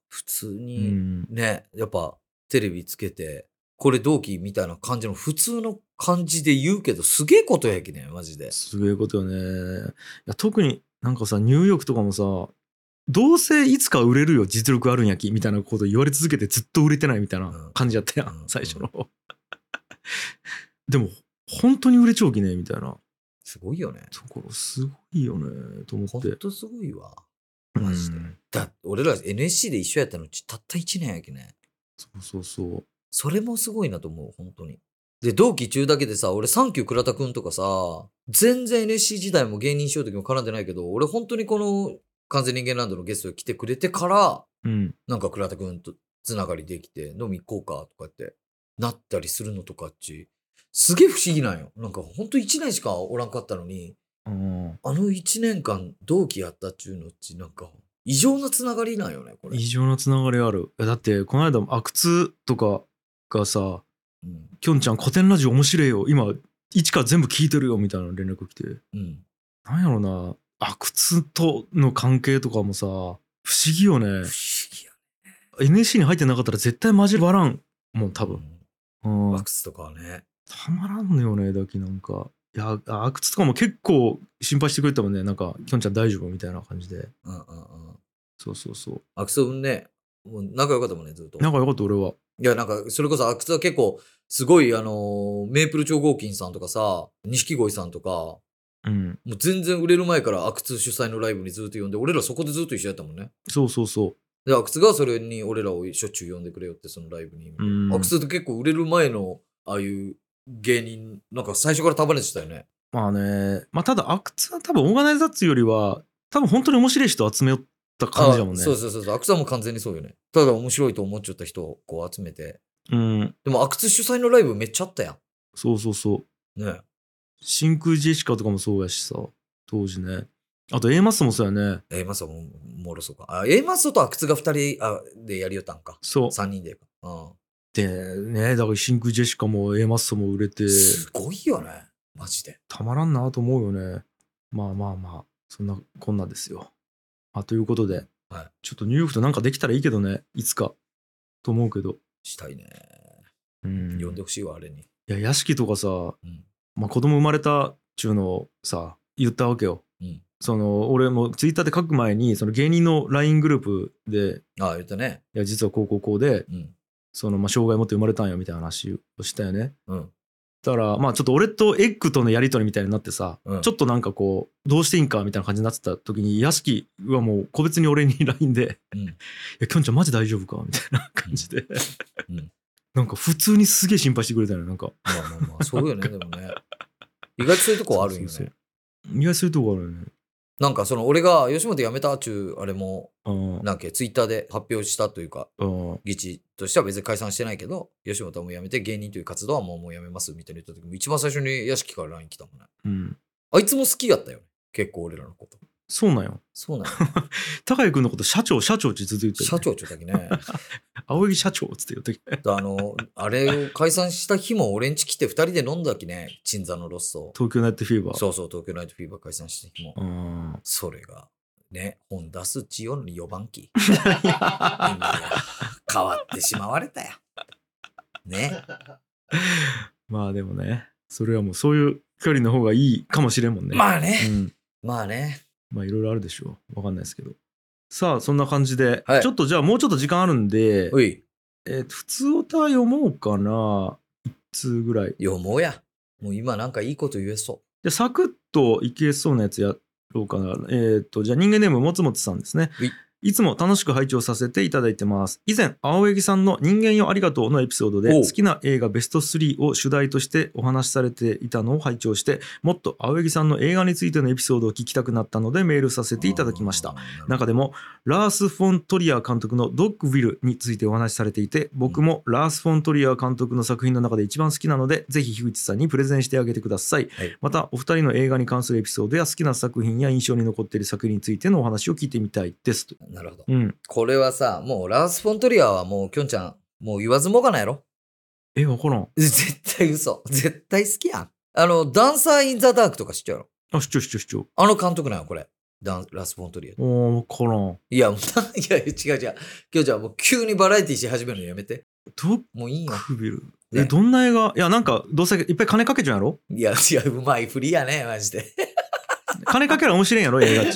Speaker 2: 普通
Speaker 1: う
Speaker 2: に、
Speaker 1: ん。
Speaker 2: ね、やっぱテレビつけて、これ同期みたいな感じの普通の感じで言うけど、すげえことやきね、マジで。
Speaker 1: すげえことよね。いや、特になんかさ、ニューヨークとかもさ、どうせいつか売れるよ、実力あるんやき、みたいなこと言われ続けてずっと売れてないみたいな感じやったやん、
Speaker 2: うん
Speaker 1: 最初の。 でも、本当に売れちゃうきね、みたいな
Speaker 2: すごいよね。
Speaker 1: ところ、すごいよね、と思っ
Speaker 2: ほ
Speaker 1: て
Speaker 2: ん。とすごいわ。マジでだ俺ら NSC で一緒やったのうちたった1年やけね
Speaker 1: そうそうそう。
Speaker 2: それもすごいなと思う本当にで同期中だけでさ俺サンキュー倉田くんとかさ全然 NSC 時代も芸人しよう時も絡んでないけど俺本当にこの完全人間ランドのゲストに来てくれてから
Speaker 1: うん。
Speaker 2: なんか倉田くんとつながりできて飲み行こうかとかってなったりするのとかっちすげえ不思議なんよなんかほんと1年しかおらんかったのに
Speaker 1: あ
Speaker 2: あの1年間同期やったっちゅうのっちなんか異常なつながりなんよねこ
Speaker 1: ー
Speaker 2: れ、
Speaker 1: 異常なつながりある。いやだって、この間、阿久津とかがさ、
Speaker 2: うん
Speaker 1: きょんちゃん古典ラジオ面白いよ。今、一から全部聞いてるよ、みたいな連絡来て。
Speaker 2: うん、
Speaker 1: なんやろな、阿久津との関係とかもさ、不思議よ
Speaker 2: 不
Speaker 1: ね
Speaker 2: 思。議や
Speaker 1: NSC に入ってなかったら絶対交わらんもん、多分。うん
Speaker 2: ワックスとかはね
Speaker 1: たまらんのよねだきなんかいやあ阿久津とかも結構心配してくれたもんねなんかきょんちゃん大丈夫みたいな感じで
Speaker 2: うんうんうん
Speaker 1: そうそうそう
Speaker 2: アクソンねもう仲良かったもんねずっと
Speaker 1: 仲良かった俺はい
Speaker 2: やなんかそれこそアクツは結構すごいあのーメープル超合金さんとかさ錦鯉さんとか
Speaker 1: うん
Speaker 2: もう全然売れる前から阿久津主催のライブにずっと呼んで、俺らそこでずっと一緒やったもんね。
Speaker 1: そうそうそ
Speaker 2: で、阿久津がそれに俺らをしょっちゅう呼んでくれよって、そのライブに。
Speaker 1: ううん
Speaker 2: 阿久津って結構売れる前の、ああいう芸人、なんか最初から束ねてたよね。
Speaker 1: まあねまあただ阿久津は多分オーガナイザーっていうよりは多分本当に面白い人集めよった感じだもんね
Speaker 2: あそうそうそうそう。阿久津はもう完全にそうよね。ただ面白いと思っちゃった人をこう集めて。
Speaker 1: うん
Speaker 2: でも阿久津主催のライブめっちゃあったや。
Speaker 1: そうそうそうん
Speaker 2: ね。
Speaker 1: 真空ジェシカとかもそうやしさ当時ねあと A マスもそうやね
Speaker 2: A マスももろそうか。あ、A マスと阿久津が2人あでやりよったんか。
Speaker 1: そう
Speaker 2: 3人でか。うん。
Speaker 1: でねだから真空ジェシカも A マスも売れて
Speaker 2: すごいよね。マジで。
Speaker 1: たまらんなと思うよね。まあまあまあ、そんなこんなですよ。まあ、ということで、
Speaker 2: はい
Speaker 1: ちょっとニューヨークとなんかできたらいいけどね、いつか。と思うけど。
Speaker 2: したいね。
Speaker 1: うん
Speaker 2: 呼んでほしいわ、あれに。
Speaker 1: いや、屋敷とかさ、
Speaker 2: うん
Speaker 1: まあ、子供生まれたっちゅうのをさ、言ったわけよ。
Speaker 2: うん
Speaker 1: その俺もツイッターで書く前にその芸人の LINE グループで
Speaker 2: ああ、言ったね。
Speaker 1: いや実はこうこうこうで
Speaker 2: うん。
Speaker 1: そのまあ障害持って生まれたんよみたいな話をしたよね。
Speaker 2: うん。
Speaker 1: だからまあちょっと俺とエッグとのやり取りみたいになってさ、
Speaker 2: うん
Speaker 1: ちょっとなんかこうどうしていいんかみたいな感じになってた時に屋敷はもう個別に俺に LINE で「
Speaker 2: うん
Speaker 1: いやきょんちゃんマジ大丈夫か?」みたいな感じで、
Speaker 2: うんうん
Speaker 1: なんか普通にすげえ心配してくれたのよなんか
Speaker 2: まあまあまあ、そう よね、でもね。意外とそういうとこあるんよ
Speaker 1: そうそう
Speaker 2: ね。
Speaker 1: そう意外するとこあるよね
Speaker 2: なんかその俺が吉本辞めたっちゅうあれも、
Speaker 1: あー
Speaker 2: なんかツイッターで発表したというか、
Speaker 1: あー
Speaker 2: 議事としては別に解散してないけど、吉本はもう辞めて芸人という活動はもうもう辞めますみたいな言った時も、一番最初に屋敷から LINE 来たもんね。
Speaker 1: うん
Speaker 2: あいつも好きやったよね。結構俺らのこと。
Speaker 1: そうなんよ
Speaker 2: そうなの、
Speaker 1: 高井君のこと社長社長ってずっと言って
Speaker 2: 社長っちゅう時ね。
Speaker 1: 青柳社長っつって言って
Speaker 2: であの、あれを解散した日も俺ん家来て二人で飲んだきね。鎮座のロッソ。
Speaker 1: 東京ナイトフィーバー
Speaker 2: そうそう、東京ナイトフィーバー解散した日も。
Speaker 1: あ
Speaker 2: それが、ね、本出すチオの4番 機。
Speaker 1: ー
Speaker 2: 変わってしまわれたよ。ね。
Speaker 1: まあでもねそれはもうそういう距離の方がいいかもしれんもんね
Speaker 2: まあ
Speaker 1: う
Speaker 2: ね。
Speaker 1: ん
Speaker 2: まあね。
Speaker 1: まあいろいろあるでしょう。わかんないですけど。さあ、そんな感じで、
Speaker 2: はい
Speaker 1: ちょっとじゃあもうちょっと時間あるんで、
Speaker 2: おい、
Speaker 1: えーと普通お便り読もうかな。1通ぐらい。
Speaker 2: よもうや。もう今なんかいいこと言えそ
Speaker 1: で、サクッといけそうなやつやろうかな。えっ、と、じゃあ人間ネームもつもつさんですね
Speaker 2: はい。
Speaker 1: いつも楽しく拝聴させていただいてます。以前、青柳さんの人間よありがとうのエピソードで、
Speaker 2: おう
Speaker 1: 好きな映画ベスト3を主題としてお話しされていたのを拝聴して、もっと青柳さんの映画についてのエピソードを聞きたくなったのでメールさせ
Speaker 2: う。
Speaker 1: ていただきました
Speaker 2: あ。ー。
Speaker 1: 中でもラース・フォントリアー監督の「ドッグ・ウィル」についてお話しされていて僕もラース・フォントリアー監督の作品の中で一番好きなのでぜひ樋口さんにプレゼンしてあげてください、
Speaker 2: はい
Speaker 1: またお二人の映画に関するエピソードや好きな作品や印象に残っている作品についてのお話を聞いてみたいですと
Speaker 2: なるほど。
Speaker 1: うん
Speaker 2: これはさ、もうラース・フォントリアはもうきょんちゃん、もう言わずもがなやろ。
Speaker 1: え分からん
Speaker 2: 絶対嘘。絶対好きやん。あの、ダンサー・イン・ザ・ダークとか知っちゃうやろ。
Speaker 1: あ主張主張主張
Speaker 2: あの監督なんよ、これ。ダンラース・フォントリア。
Speaker 1: おー分からん
Speaker 2: いや、もう いや、違う違う。今日じゃあもう急にバラエティーし始めるのやめて。
Speaker 1: ドッ
Speaker 2: もういいよ。
Speaker 1: グ・ウィル
Speaker 2: ね
Speaker 1: えどんな映画いやなんかどうせいっぱい金かけちゃうやろ
Speaker 2: いや、 違う、うまい振りやね、マジで。
Speaker 1: 金かけら面白いんやろ映画っ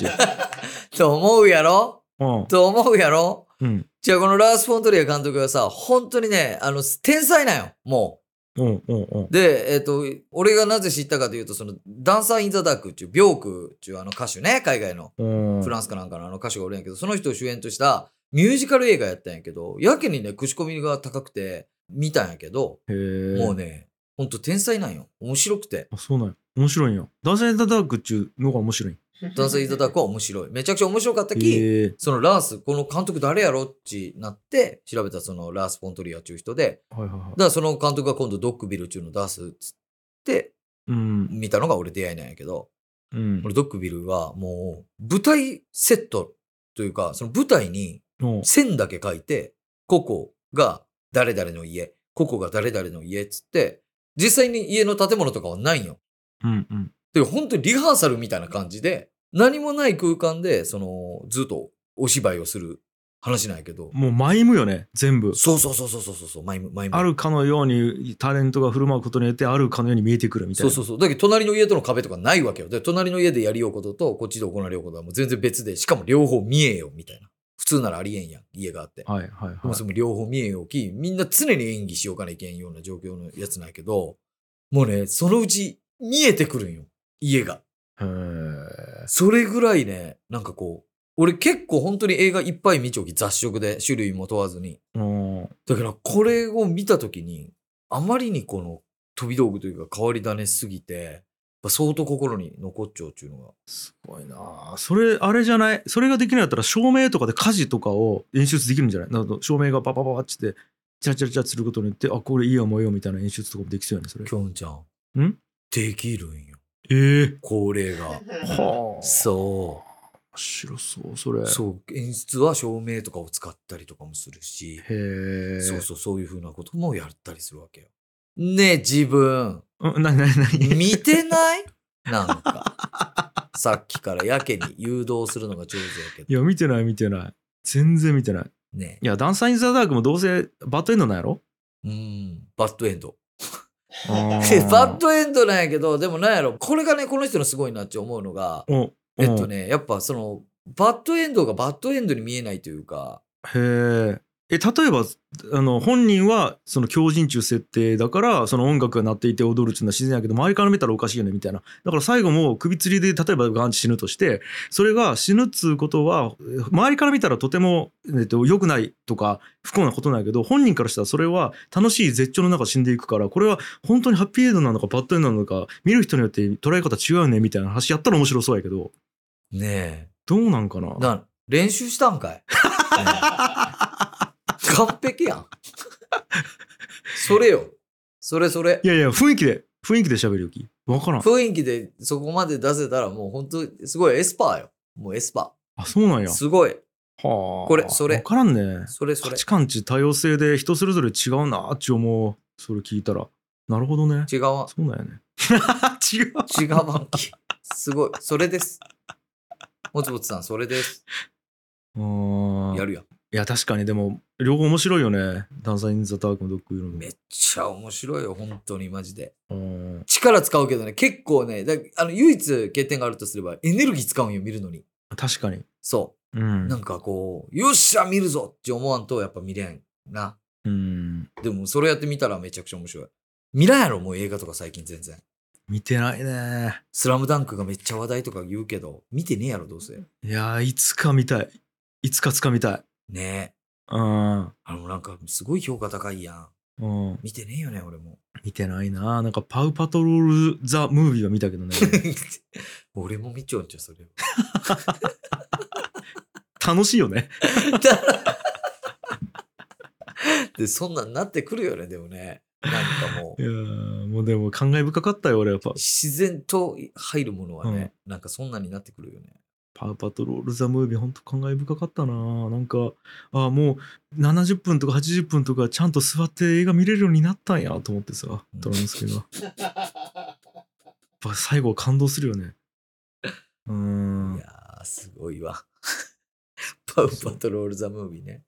Speaker 1: ち
Speaker 2: と思うやろ
Speaker 1: う
Speaker 2: と思うやろ
Speaker 1: んうん
Speaker 2: じゃあこのラース・フォントリア監督はさ、本当にね、あの、天才なんよ、も
Speaker 1: うんうんうん。
Speaker 2: で、えっ、と、俺がなぜ知ったかというと、その、ダンサー・イン・ザ・ダークっていう、ビョークっていうあの歌手ね、海外の、
Speaker 1: うん
Speaker 2: フランスかなんかのあの歌手がおるんやけど、その人を主演としたミュージカル映画やったんやけど、やけにね、口コミが高くて、見たんやけど、
Speaker 1: へえ。
Speaker 2: もうね、ほんと天才なんよ。面白くて。
Speaker 1: あ、そうなんや。面白いんや。ダンサーインザダークっちゅうのが面白いん。
Speaker 2: ダンサー・イン・ザ・ダークは面白い。めちゃくちゃ面白かったき、
Speaker 1: へえ。
Speaker 2: そのラース、この監督誰やろってなって、調べたらそのラース・フォントリアっていう人で、
Speaker 1: はいはいはい
Speaker 2: だか。らその監督が今度ドックビルっていうの出すっつって、
Speaker 1: うん。
Speaker 2: 見たのが俺出会いなんやけど、
Speaker 1: うん。
Speaker 2: 俺ドックビルはもう舞台セットというか、その舞台に
Speaker 1: うん
Speaker 2: 線だけ書いて、ここが誰々の家、ここが誰々の家っつって、実際に家の建物とかはないんよ。
Speaker 1: うんうん。
Speaker 2: で、本当にリハーサルみたいな感じで、何もない空間で、その、ずっとお芝居をする話なんやけど、
Speaker 1: もうマイムよね、全部。
Speaker 2: そうそうそうそうそうそう、マイム、マイム。
Speaker 1: あるかのようにタレントが振る舞うことによってあるかのように見えてくるみたい
Speaker 2: そう
Speaker 1: な。
Speaker 2: そうそう。だけど、隣の家との壁とかないわけよ。で、隣の家でやりようことと、こっちで行われようことはもう全然別で、しかも両方見えよ、みたいな。普通ならありえんやん、家があって。
Speaker 1: はいはい
Speaker 2: でも
Speaker 1: はい
Speaker 2: そ。の両方見えよき、みんな常に演技しようかないけんような状況のやつなんやけど、もうね、そのうち見えてくるんよ、家が。
Speaker 1: へえ
Speaker 2: それぐらいね、なんかこう、俺結構本当に映画いっぱい見ちょき、雑食で、種類も問わずに。
Speaker 1: うん
Speaker 2: だからこれを見たときに、あまりにこの飛び道具というか変わり種すぎて、やっぱ相当心に残っちゃうっていうのが。
Speaker 1: すごいなあそれあれじゃないそれができないんだったら照明とかで火事とかを演出できるんじゃないなるほど照明がパパパパッつってチラチラチラすることによってあこれいい思いよみたいな演出とかもできそうやねそれ
Speaker 2: きょんちゃん。
Speaker 1: ん
Speaker 2: できるんよ。
Speaker 1: ええ
Speaker 2: これ が。
Speaker 1: はあ
Speaker 2: そ
Speaker 1: 面白そうそれ
Speaker 2: う。そう。演出は照明とかを使ったりとかもするし、
Speaker 1: へえ
Speaker 2: そうそう、そういうふうなこともやったりするわけよ。ねえ、自分。
Speaker 1: うんなになにな に
Speaker 2: 見て ないなんか。さっきからやけに誘導するのが上手やけ
Speaker 1: い
Speaker 2: ど。
Speaker 1: や見てない見てない全然見てない
Speaker 2: ね
Speaker 1: いやダンサー・イン・ザ・ダークもどうせバッドエンドなんやろ
Speaker 2: え。うん。バッドエンド。
Speaker 1: あ
Speaker 2: で
Speaker 1: ー
Speaker 2: バッドエンドなんやけど、でもなんやろ、これがね、この人のすごいなって思うのが、
Speaker 1: お
Speaker 2: えっとね、やっぱその、バッドエンドがバッドエンドに見えないというか、
Speaker 1: へえ。え、例えば、あの、本人は、その強靭中設定だから、その音楽が鳴っていて踊るっていうのは自然やけど、周りから見たらおかしいよね、みたいな。だから最後も首吊りで、例えばガンチ死ぬとして、それが死ぬっつうことは、えー周りから見たらとても、えっと、良くないとか、不幸なことなんやけど、本人からしたらそれは楽しい絶頂の中死んでいくから、これは本当にハッピーエンドなのか、バッドエンドなのか、見る人によって捉え方違うよね、みたいな話やったら面白そうやけど、
Speaker 2: ね
Speaker 1: どうなんかな
Speaker 2: え、な、練習したんかい、ねえ完璧やん。それよ。それそれ
Speaker 1: い。やいや、雰囲気で、雰囲気で喋るよき。わからん。
Speaker 2: 雰囲気でそこまで出せたらもう本当すごいエスパーよ。もうエスパ
Speaker 1: あ、そうなん
Speaker 2: ー。
Speaker 1: や。
Speaker 2: すごい。
Speaker 1: はあ。
Speaker 2: これそれ
Speaker 1: わからんね。
Speaker 2: それそ
Speaker 1: 価
Speaker 2: れ。
Speaker 1: 値観値多様性で人それぞれ違うなって思う。それ聞いたら。なるほどね。
Speaker 2: 違うわ。
Speaker 1: そうだよね。違う。
Speaker 2: 違うわ。すごい。それです。もつもつさん、それです。
Speaker 1: うん。
Speaker 2: やるやん。
Speaker 1: いや、確かに、でも、両方面白いよね。ダンサー・イン・ザ・ダークもドッグイルも
Speaker 2: め。っちゃ面白いよ、本当にマジで。
Speaker 1: うん
Speaker 2: 力使うけどね、結構ね、だあの唯一欠点があるとすれば、エネルギー使うんよ、見るのに。
Speaker 1: 確かに。
Speaker 2: そうう。
Speaker 1: ん。
Speaker 2: なんかこう、よっしゃ、見るぞって思わんと、やっぱ見れんな。
Speaker 1: うん。
Speaker 2: でも、それやってみたらめちゃくちゃ面白い。見らんやろ、もう映画とか最近全然。
Speaker 1: 見てないね。
Speaker 2: スラムダンクがめっちゃ話題とか言うけど、見てねえやろ、どうせ。
Speaker 1: いやー、いつか見たい。いつかつかみたい。
Speaker 2: ねえ。
Speaker 1: うん。
Speaker 2: あの、なんか、すごい評価高いやん。
Speaker 1: うん、
Speaker 2: 見てねえよね、俺も。
Speaker 1: 見てないななんかパウパトロール・ザ・ムービーは見たけどね
Speaker 2: 俺も見ちゃうんちゃう、それ。
Speaker 1: 楽しいよね
Speaker 2: で、そんなんなってくるよね、でもね。なんかもう
Speaker 1: い。やーもうでも感慨深かったよ俺やっぱ
Speaker 2: 自然と入るものはね、なんかそんなになってくるよね。
Speaker 1: パーパトロール・ザ・ムービー、本当感慨深かったな。なんか、あもう70分とか80分とか、ちゃんと座って映画見れるようになったんやと思ってさ、ドラムスケが。やっぱ最後は感動するよね。うー
Speaker 2: い
Speaker 1: ん。
Speaker 2: やー、すごいわ。 パウパトロール・ザ・ムービー ね。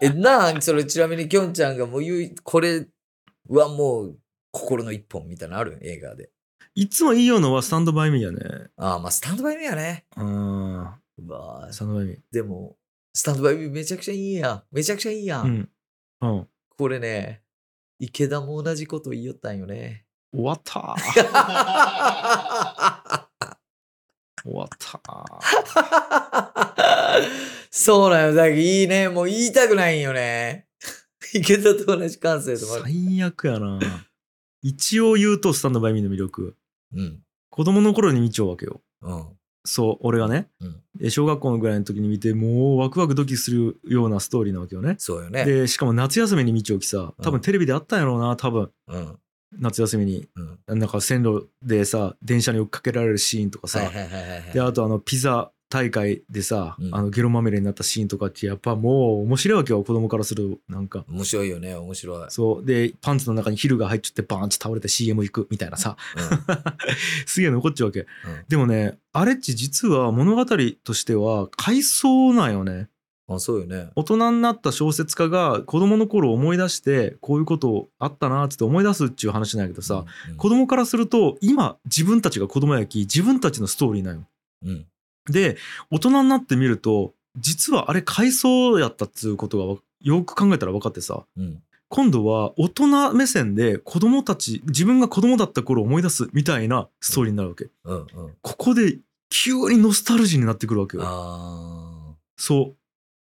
Speaker 2: え、なあ、それちなみにきょんちゃんがもう言う、これはもう心の一本みたいなのある映画で。
Speaker 1: いつもいいよのはスタンドバイミーやね。
Speaker 2: ああ、まあスタンドバイミーやね。
Speaker 1: うん。
Speaker 2: うわあ
Speaker 1: スタンドバイミー。
Speaker 2: でも、スタンドバイミーめちゃくちゃいいやん。めちゃくちゃいいやん。
Speaker 1: うん。うん。
Speaker 2: これね、池田も同じこと言いよったん よね。
Speaker 1: 終わった ー。終わったー。
Speaker 2: そうなんよ。だけどいいね。もう言いたくないん よね。池田と同じ感性とか。
Speaker 1: 最悪やな。一応言うと、スタンドバイミーの魅力。
Speaker 2: うん。
Speaker 1: 子供の頃に見ちゃうわけよ。
Speaker 2: うん。
Speaker 1: そう、俺がね、
Speaker 2: うん
Speaker 1: え小学校のぐらいの時に見て、もうワクワクドキするようなストーリーなわけよね。
Speaker 2: そうよね。
Speaker 1: で、しかも夏休みに見ちゃうきさ、多
Speaker 2: う
Speaker 1: 分
Speaker 2: ん
Speaker 1: テレビであったんやろうな、多分。
Speaker 2: うん。
Speaker 1: 夏休みに、
Speaker 2: うん。
Speaker 1: なんか線路でさ、電車に追っかけられるシーンとかさ、
Speaker 2: はいはいはいはいはい。
Speaker 1: で、あとあの、ピザ大会でさ、
Speaker 2: うん
Speaker 1: あの、ゲロまみれになったシーンとかって、やっぱもう面白いわけよ、子供からすると、なんか。
Speaker 2: 面白いよね。面白い。
Speaker 1: そう。で、パンツの中にヒルが入っちゃって、バーンって倒れて CM 行くみたいな さ、
Speaker 2: うん
Speaker 1: すげえ残っちゃうわけ。
Speaker 2: うん
Speaker 1: でもね、あれっち実は物語としては、回想なんよね。
Speaker 2: あ、そうよね。
Speaker 1: 大人になった小説家が子供の頃を思い出して、こういうことあったなーっつって思い出すっていう話なんやけどさ、
Speaker 2: うん、
Speaker 1: 子供からすると、今、自分たちが子供やき、自分たちのストーリーなんよ。
Speaker 2: うん。
Speaker 1: で、大人になってみると、実はあれ回想やったっつうことがわよく考えたら分かってさ、
Speaker 2: うん。
Speaker 1: 今度は大人目線で子供たち、自分が子供だった頃を思い出すみたいなストーリーになるわけ。
Speaker 2: うん。うん。
Speaker 1: ここで急にノスタルジーになってくるわけよ。
Speaker 2: あ
Speaker 1: そう。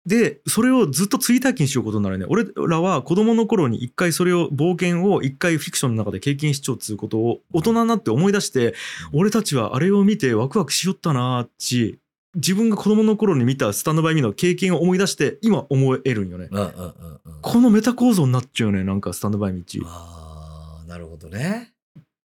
Speaker 1: で、それをずっと追体験しようことになるよね。俺らは子供の頃に一回それを、冒険を一回フィクションの中で経験しちゃうっつうことを大人になって思い出して、俺たちはあれを見てワクワクしよったなーっち、自分が子供の頃に見たスタンドバイミーの経験を思い出して今思えるんよね
Speaker 2: ー。。うん。うん。うん。うん。
Speaker 1: このメタ構造になっちゃうよね、なんかスタンドバイミーっち。
Speaker 2: ああ、なるほどね。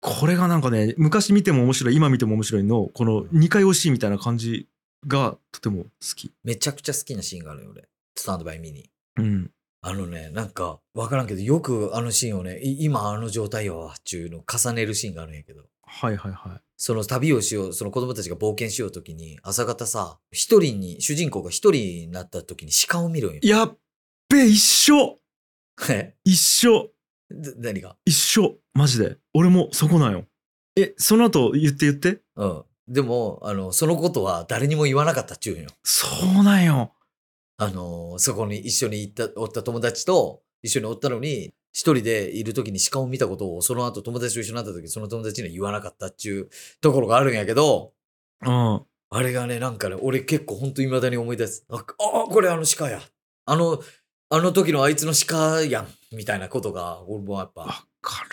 Speaker 1: これがなんかね昔見ても面白い今見ても面白いのこの2回惜しいみたいな感じがとても好き
Speaker 2: めちゃくちゃ好きなシーンがあるよ、俺。スタンドバイミニ。
Speaker 1: うん
Speaker 2: あのね、なんか、わからんけど、よくあのシーンをね、い今あの状態やわ、っていうのを重ねるシーンがあるんやけど、
Speaker 1: はいはいは
Speaker 2: その旅をしよう、その子供たちが冒険しようときに、朝方さ、一人に、主人公が一人になったときに鹿を見るんよ
Speaker 1: い。やっべ一緒
Speaker 2: え
Speaker 1: 一緒
Speaker 2: な何が
Speaker 1: 一緒マジで俺もそこなんよえその後言って言って
Speaker 2: うん。でも、あの、そのことは誰にも言わなかったっちゅうんよ。
Speaker 1: そうなんよ
Speaker 2: あの、そこに一緒に行った、おった友達と一緒におったのに、一人でいるときに鹿を見たことを、その後友達と一緒になったとき、その友達には言わなかったっちゅうところがあるんやけど、
Speaker 1: うん
Speaker 2: あれがね、なんかね、俺結構ほんと未だに思い出す。あ、あこれあの鹿や。あの、あの時のあいつの鹿やん。みたいなことが、俺もやっ
Speaker 1: わ
Speaker 2: ぱ
Speaker 1: かる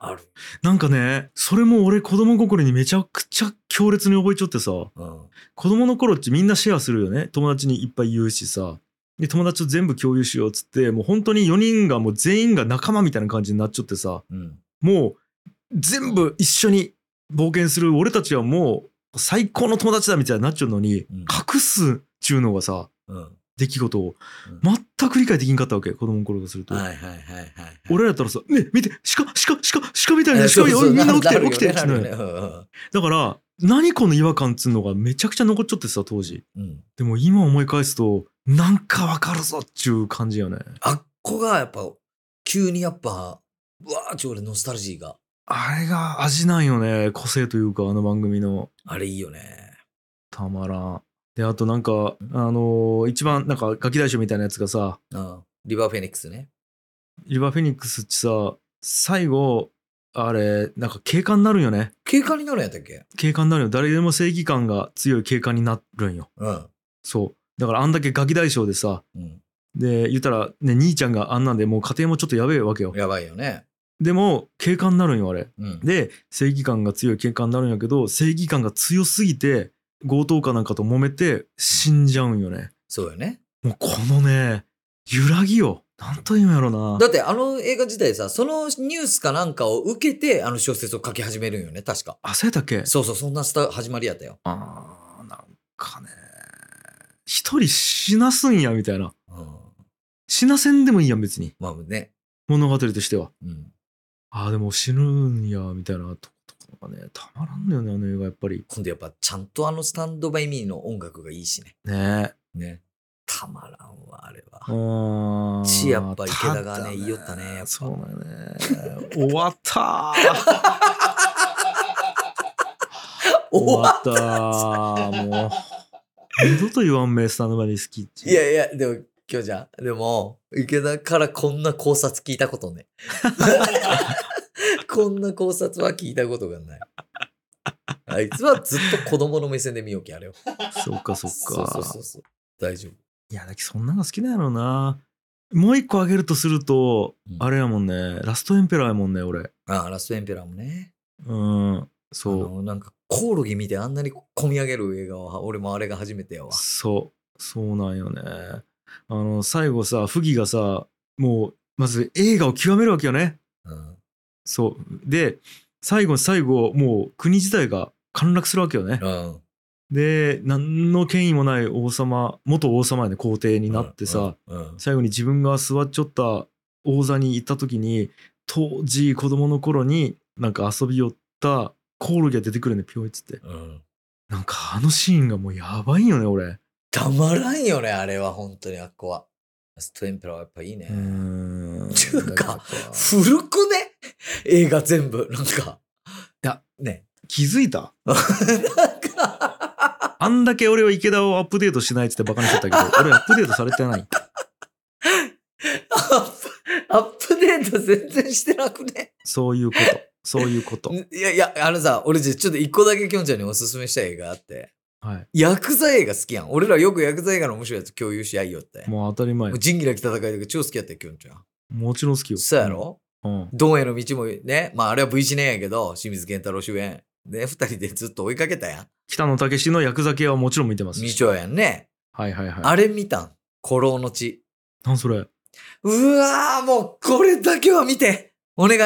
Speaker 2: ある。
Speaker 1: なんかねそれも俺子供心にめちゃくちゃ強烈に覚えちゃってさ
Speaker 2: うん。
Speaker 1: 子供の頃ってみんなシェアするよね友達にいっぱい言うしさで友達と全部共有しようっつってもう本当に4人がもう全員が仲間みたいな感じになっちゃってさ
Speaker 2: うん。
Speaker 1: もう全部一緒に冒険する俺たちはもう最高の友達だみたいになっちゃうのに、
Speaker 2: うん
Speaker 1: 隠すっちゅうのがさ
Speaker 2: うん。
Speaker 1: 出来事を
Speaker 2: うん
Speaker 1: 全く理解できんかったわけ子供の頃からすると、
Speaker 2: はいはいはいはいはい。
Speaker 1: 俺らだったらさ「ね見て鹿鹿鹿鹿みたいな
Speaker 2: え
Speaker 1: 鹿
Speaker 2: そうそう
Speaker 1: みんな起きて
Speaker 2: る
Speaker 1: る
Speaker 2: よ
Speaker 1: 起きてる」っ
Speaker 2: ね
Speaker 1: て
Speaker 2: なる
Speaker 1: な
Speaker 2: よ
Speaker 1: る
Speaker 2: ねうん
Speaker 1: だから何この違和感っつうのがめちゃくちゃ残っちゃってさ当時。
Speaker 2: うんうん。
Speaker 1: でも今思い返すと、なんかわかるぞっちゅう感じよね。
Speaker 2: あっこがやっぱ、急にやっぱ、うわーちょ俺ノスタルジーが。
Speaker 1: あれが味なんよね。個性というか、あの番組の
Speaker 2: あれいいよね。
Speaker 1: たまらん。で、あとなんか、あのー一番なんかガキ大将みたいなやつがさ、
Speaker 2: うん。リバーフェニックスね。
Speaker 1: リバーフェニックスってさ、最後、あれ、なんか警官になるんよね。
Speaker 2: 警官になるんやったっけ
Speaker 1: 警官になるよ。誰でも正義感が強い警官になるんよ。
Speaker 2: うん。
Speaker 1: そう。だからあんだけガキ大将でさ、
Speaker 2: うん。
Speaker 1: で、言ったら、ね、兄ちゃんがあんなんでもう家庭もちょっとやべえわけよ。
Speaker 2: やばいよね。
Speaker 1: でも、警官になるんよ、あれ。
Speaker 2: うん。
Speaker 1: で正義感が強い喧嘩になるんやけど正義感が強すぎて強盗かなんかと揉めて死んじゃうんよね
Speaker 2: そうよね。
Speaker 1: もうこのね揺らぎよなんと言うんやろな
Speaker 2: だってあの映画自体さ、そのニュースかなんかを受けて、あの小説を書き始めるんよね、確か。
Speaker 1: 焦ったっけ
Speaker 2: そうそう、そんなスタ始まりやったよ。
Speaker 1: あーなんかね一人死なすんやみたいな
Speaker 2: うん。
Speaker 1: 死なせんでもいいやん別に
Speaker 2: まあね。
Speaker 1: 物語としては
Speaker 2: うん。
Speaker 1: ああでも死ぬんやみたいなとことかねたまらんのよねあの映画やっぱり
Speaker 2: 今度やっぱちゃんとあのスタンドバイミーの音楽がいいしね。
Speaker 1: ね
Speaker 2: ね。たまらんわ、あれは。
Speaker 1: うん
Speaker 2: ちやっぱ池田がね
Speaker 1: だ
Speaker 2: 言いよったねやっぱ
Speaker 1: そうだね終わったー 終わったーもう二度と言わんめスタンドバイミー好きっち
Speaker 2: いやいや、でも今日じゃ。でも、池田からこんな考察聞いたこと ね。こんな考察は聞いたことがない。あいつはずっと子供の目線で見よき、あれを。
Speaker 1: そっかそっ
Speaker 2: そうそうそ
Speaker 1: か
Speaker 2: う。そう。大丈夫。
Speaker 1: いやだけどそんなの好きなんやろうな。もう一個あげるとすると、
Speaker 2: うん
Speaker 1: あれやもんね。ラストエンペラーやもんね、俺。
Speaker 2: ああ、ラストエンペラーもね。
Speaker 1: うん。
Speaker 2: あ
Speaker 1: そ
Speaker 2: の、なんか、コオロギ見てあんなに込み上げる映画は、俺もあれが初めてやわ
Speaker 1: う。。そう。そうなんよね。あの、最後さ、フギがさ、もう、まず映画を極めるわけよね。
Speaker 2: うん。
Speaker 1: そう。で、最後の最後、もう国自体が陥落するわけよね。
Speaker 2: うん。
Speaker 1: で、何の権威もない王様、元王様やね、皇帝になってさ、
Speaker 2: うん。うん。
Speaker 1: 最後に自分が座っちょった王座に行った時に当時子供の頃になんか遊び寄ったコオロギが出てくるねピョイっつって
Speaker 2: うん。
Speaker 1: なんかあのシーンがもうやばいよね俺
Speaker 2: たまらんよね、あれは、本当に、あっこは。ラストエンペラーはやっぱいいね。
Speaker 1: うーん
Speaker 2: ちゅうか
Speaker 1: だらやっぱ
Speaker 2: 古くね映画全部。なんか。
Speaker 1: いや、
Speaker 2: ね。
Speaker 1: 気づい た
Speaker 2: なんか、
Speaker 1: あんだけ俺は池田をアップデートしないっつってバカにしちゃったけど俺アップデートされてない
Speaker 2: アップ、アップデート全然してなくね。
Speaker 1: そういうことそういうこと
Speaker 2: いやいや、あのさ、俺じゃちょっと一個だけきょんちゃんにおすすめしたい映画あって。
Speaker 1: はい
Speaker 2: ヤクザ映画好きやん。俺らよくヤクザ映画の面白いやつ共有し合いよって。も
Speaker 1: もう当たり前
Speaker 2: う仁義なき戦いとか超好きやったよ、きょんちゃん。
Speaker 1: もちろん好きよ
Speaker 2: そうやろ、
Speaker 1: うん
Speaker 2: ドンへの道もね、まああれは V 字ねんやけど、清水健太郎主演。ね、二人でずっと追いかけたやん。
Speaker 1: 北野武のヤクザ系はもちろん見てます
Speaker 2: 二丁やんね。
Speaker 1: はいはいはい
Speaker 2: あれ見たん。古老の地。
Speaker 1: なんそれ
Speaker 2: うわー、もうこれだけは見てお願い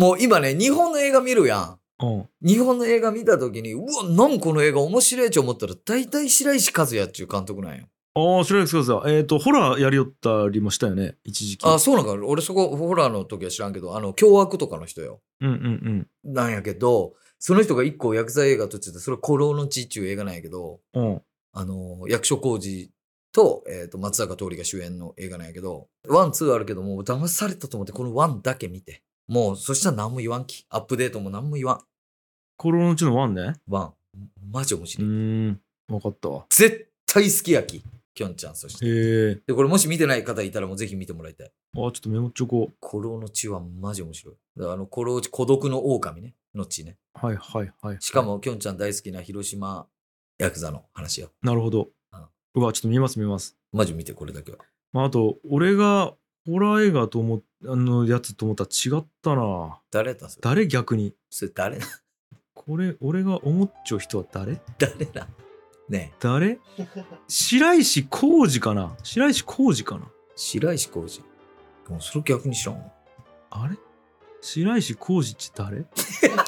Speaker 2: もう今ね、日本の映画見るや
Speaker 1: うん
Speaker 2: ん。日本の映画見た時に、うわ、なんこの映画面白いと思ったら、大体白石和也っちゅう監督なんよ。
Speaker 1: ああ、白石和也。えっ、と、ホラーやりよったりもしたよね、一時期。
Speaker 2: あ、そうなんか、俺そこ、ホラーの時は知らんけど、あの、凶悪とかの人よ。
Speaker 1: うんうんうん。
Speaker 2: なんやけど、その人が一個薬剤映画撮ってて、それ古老の地っちゅう映画なんやけど、
Speaker 1: うん。
Speaker 2: あの、役所広司と、えっ、と、松坂桃李が主演の映画なんやけど、ワン、ツーあるけど、もう騙されたと思って、このワンだけ見て。もう、そしたら何も言わんき。アップデートも何も言わん。
Speaker 1: コロのうちのワンね。
Speaker 2: ワン。マジ面
Speaker 1: う
Speaker 2: 白い。
Speaker 1: ーん。わかったわ。
Speaker 2: 絶対好きやき。きょんちゃん、そし
Speaker 1: へ
Speaker 2: て。
Speaker 1: え。
Speaker 2: で、これもし見てない方いたら、もうぜひ見てもらいたい。
Speaker 1: あーちょっとメモっちょこ
Speaker 2: 古老の血はマジ面白い。だからあの、古老地、孤独の狼ね。の血ね。
Speaker 1: う。はいはいはい。
Speaker 2: しかも、きょんちゃん大好きな広島ヤクザの話よ。
Speaker 1: なるほど
Speaker 2: うん。
Speaker 1: うわ、ちょっと見ます見ます。
Speaker 2: マジ見て、これだけは。
Speaker 1: まあ、あと、俺がホラー映画と思っあのやつと思ったら違ったな。
Speaker 2: 誰だそれ
Speaker 1: 誰逆に。
Speaker 2: それ誰だ
Speaker 1: これ、俺が思っちゃう人は誰
Speaker 2: 誰だねえ、
Speaker 1: 誰白石浩二かな白石浩二かな
Speaker 2: 白石浩二。でもそれ逆に知らんわ。
Speaker 1: あれ白石浩二って誰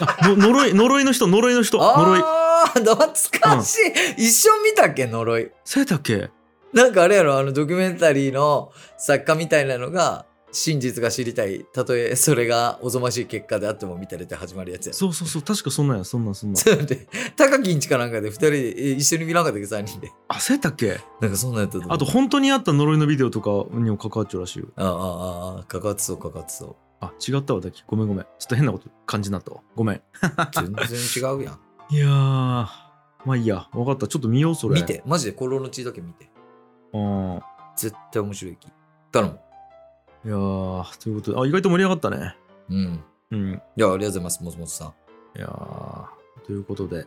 Speaker 1: あの呪い、呪いの人、呪いの人、呪い。
Speaker 2: ああ、懐かしい、一緒見たっけ、呪い。
Speaker 1: そうやったっけ
Speaker 2: なんかあれやろ、あのドキュメンタリーの作家みたいなのが、真実が知りたい。たとえそれがおぞましい結果であっても見たれて始まるやつや。
Speaker 1: そうそうそう、確かそんなんや、そんなんそんなん。
Speaker 2: そうで、高木んちかなんかで二人でえ一緒に見なかったっけ、三人で。
Speaker 1: あ、そうやったっけ
Speaker 2: なんかそんなんやったと思う
Speaker 1: あと、本当にあった呪いのビデオとかにも関わっちゃうらしいよ。
Speaker 2: ああ、ああ、ああ、かかってそう、かかって そう。
Speaker 1: あ、違ったわ、だき。ごめんごめん。ちょっと変なこと、感じになったわ。ごめん。
Speaker 2: 全然違うやん。
Speaker 1: いやー、まあいいや、わかった。ちょっと見よう、それ。
Speaker 2: 見。て、マジで、コロの血だけ見て。
Speaker 1: うん。
Speaker 2: 絶対面白いき。頼む。
Speaker 1: いやー、ということで、あ、意外と盛り上がったね。
Speaker 2: うん。
Speaker 1: うん。
Speaker 2: いや、ありがとうございます、もつもつさん。
Speaker 1: いやーということで、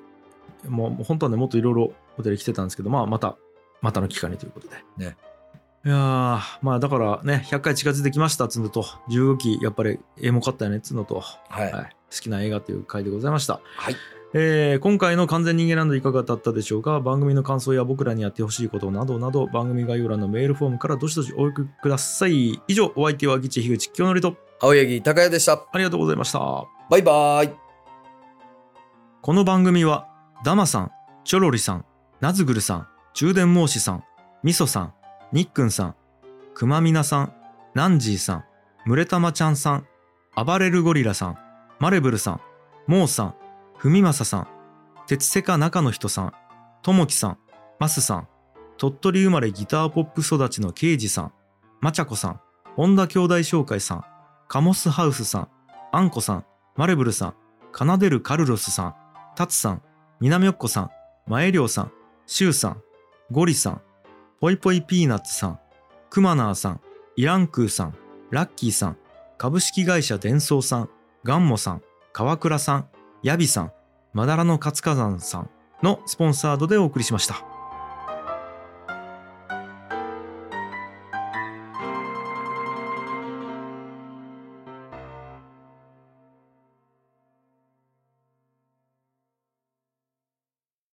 Speaker 1: もうもう本当はね、もっといろいろお便り来てたんですけど、まあ、また、またの機会にということで。
Speaker 2: ね
Speaker 1: いやーまあだからね、100回近づいてきましたっつうのと、15期、やっぱりエモかったよねっつうのと、は
Speaker 2: はい
Speaker 1: い。好きな映画という回でございました。
Speaker 2: はい。
Speaker 1: えー今回の完全人間ランドいかがだったでしょうか番組の感想や僕らにやってほしいことなどなど、番組概要欄のメールフォームからどしどしお送りください。以上、お相手はギチ樋口清則と、
Speaker 2: 青柳高也でした。
Speaker 1: ありがとうございました。
Speaker 2: バイバーイ。
Speaker 1: この番組はダマさんチョロリさんナズグルさん中電毛子さんミソさんニックンさんクマミナさんナンジーさんムレタマちゃんさん暴れるゴリラさんマレブルさんモーさんフミマサさん鉄セカ中の人さんともきさんマスさん鳥取生まれギターポップ育ちのケイジさんマチャコさん本田兄弟紹介さんカモスハウスさんアンコさんマレブルさん奏でるカルロスさんタツさん、南よっこさん、前涼さん、シュウさん、ゴリさん、ぽいぽいピーナッツさん、クマナーさん、イランクーさん、ラッキーさん、株式会社デンソーさん、ガンモさん、川倉さん、ヤビさん、マダラの活火山さんのスポンサードでお送りしました。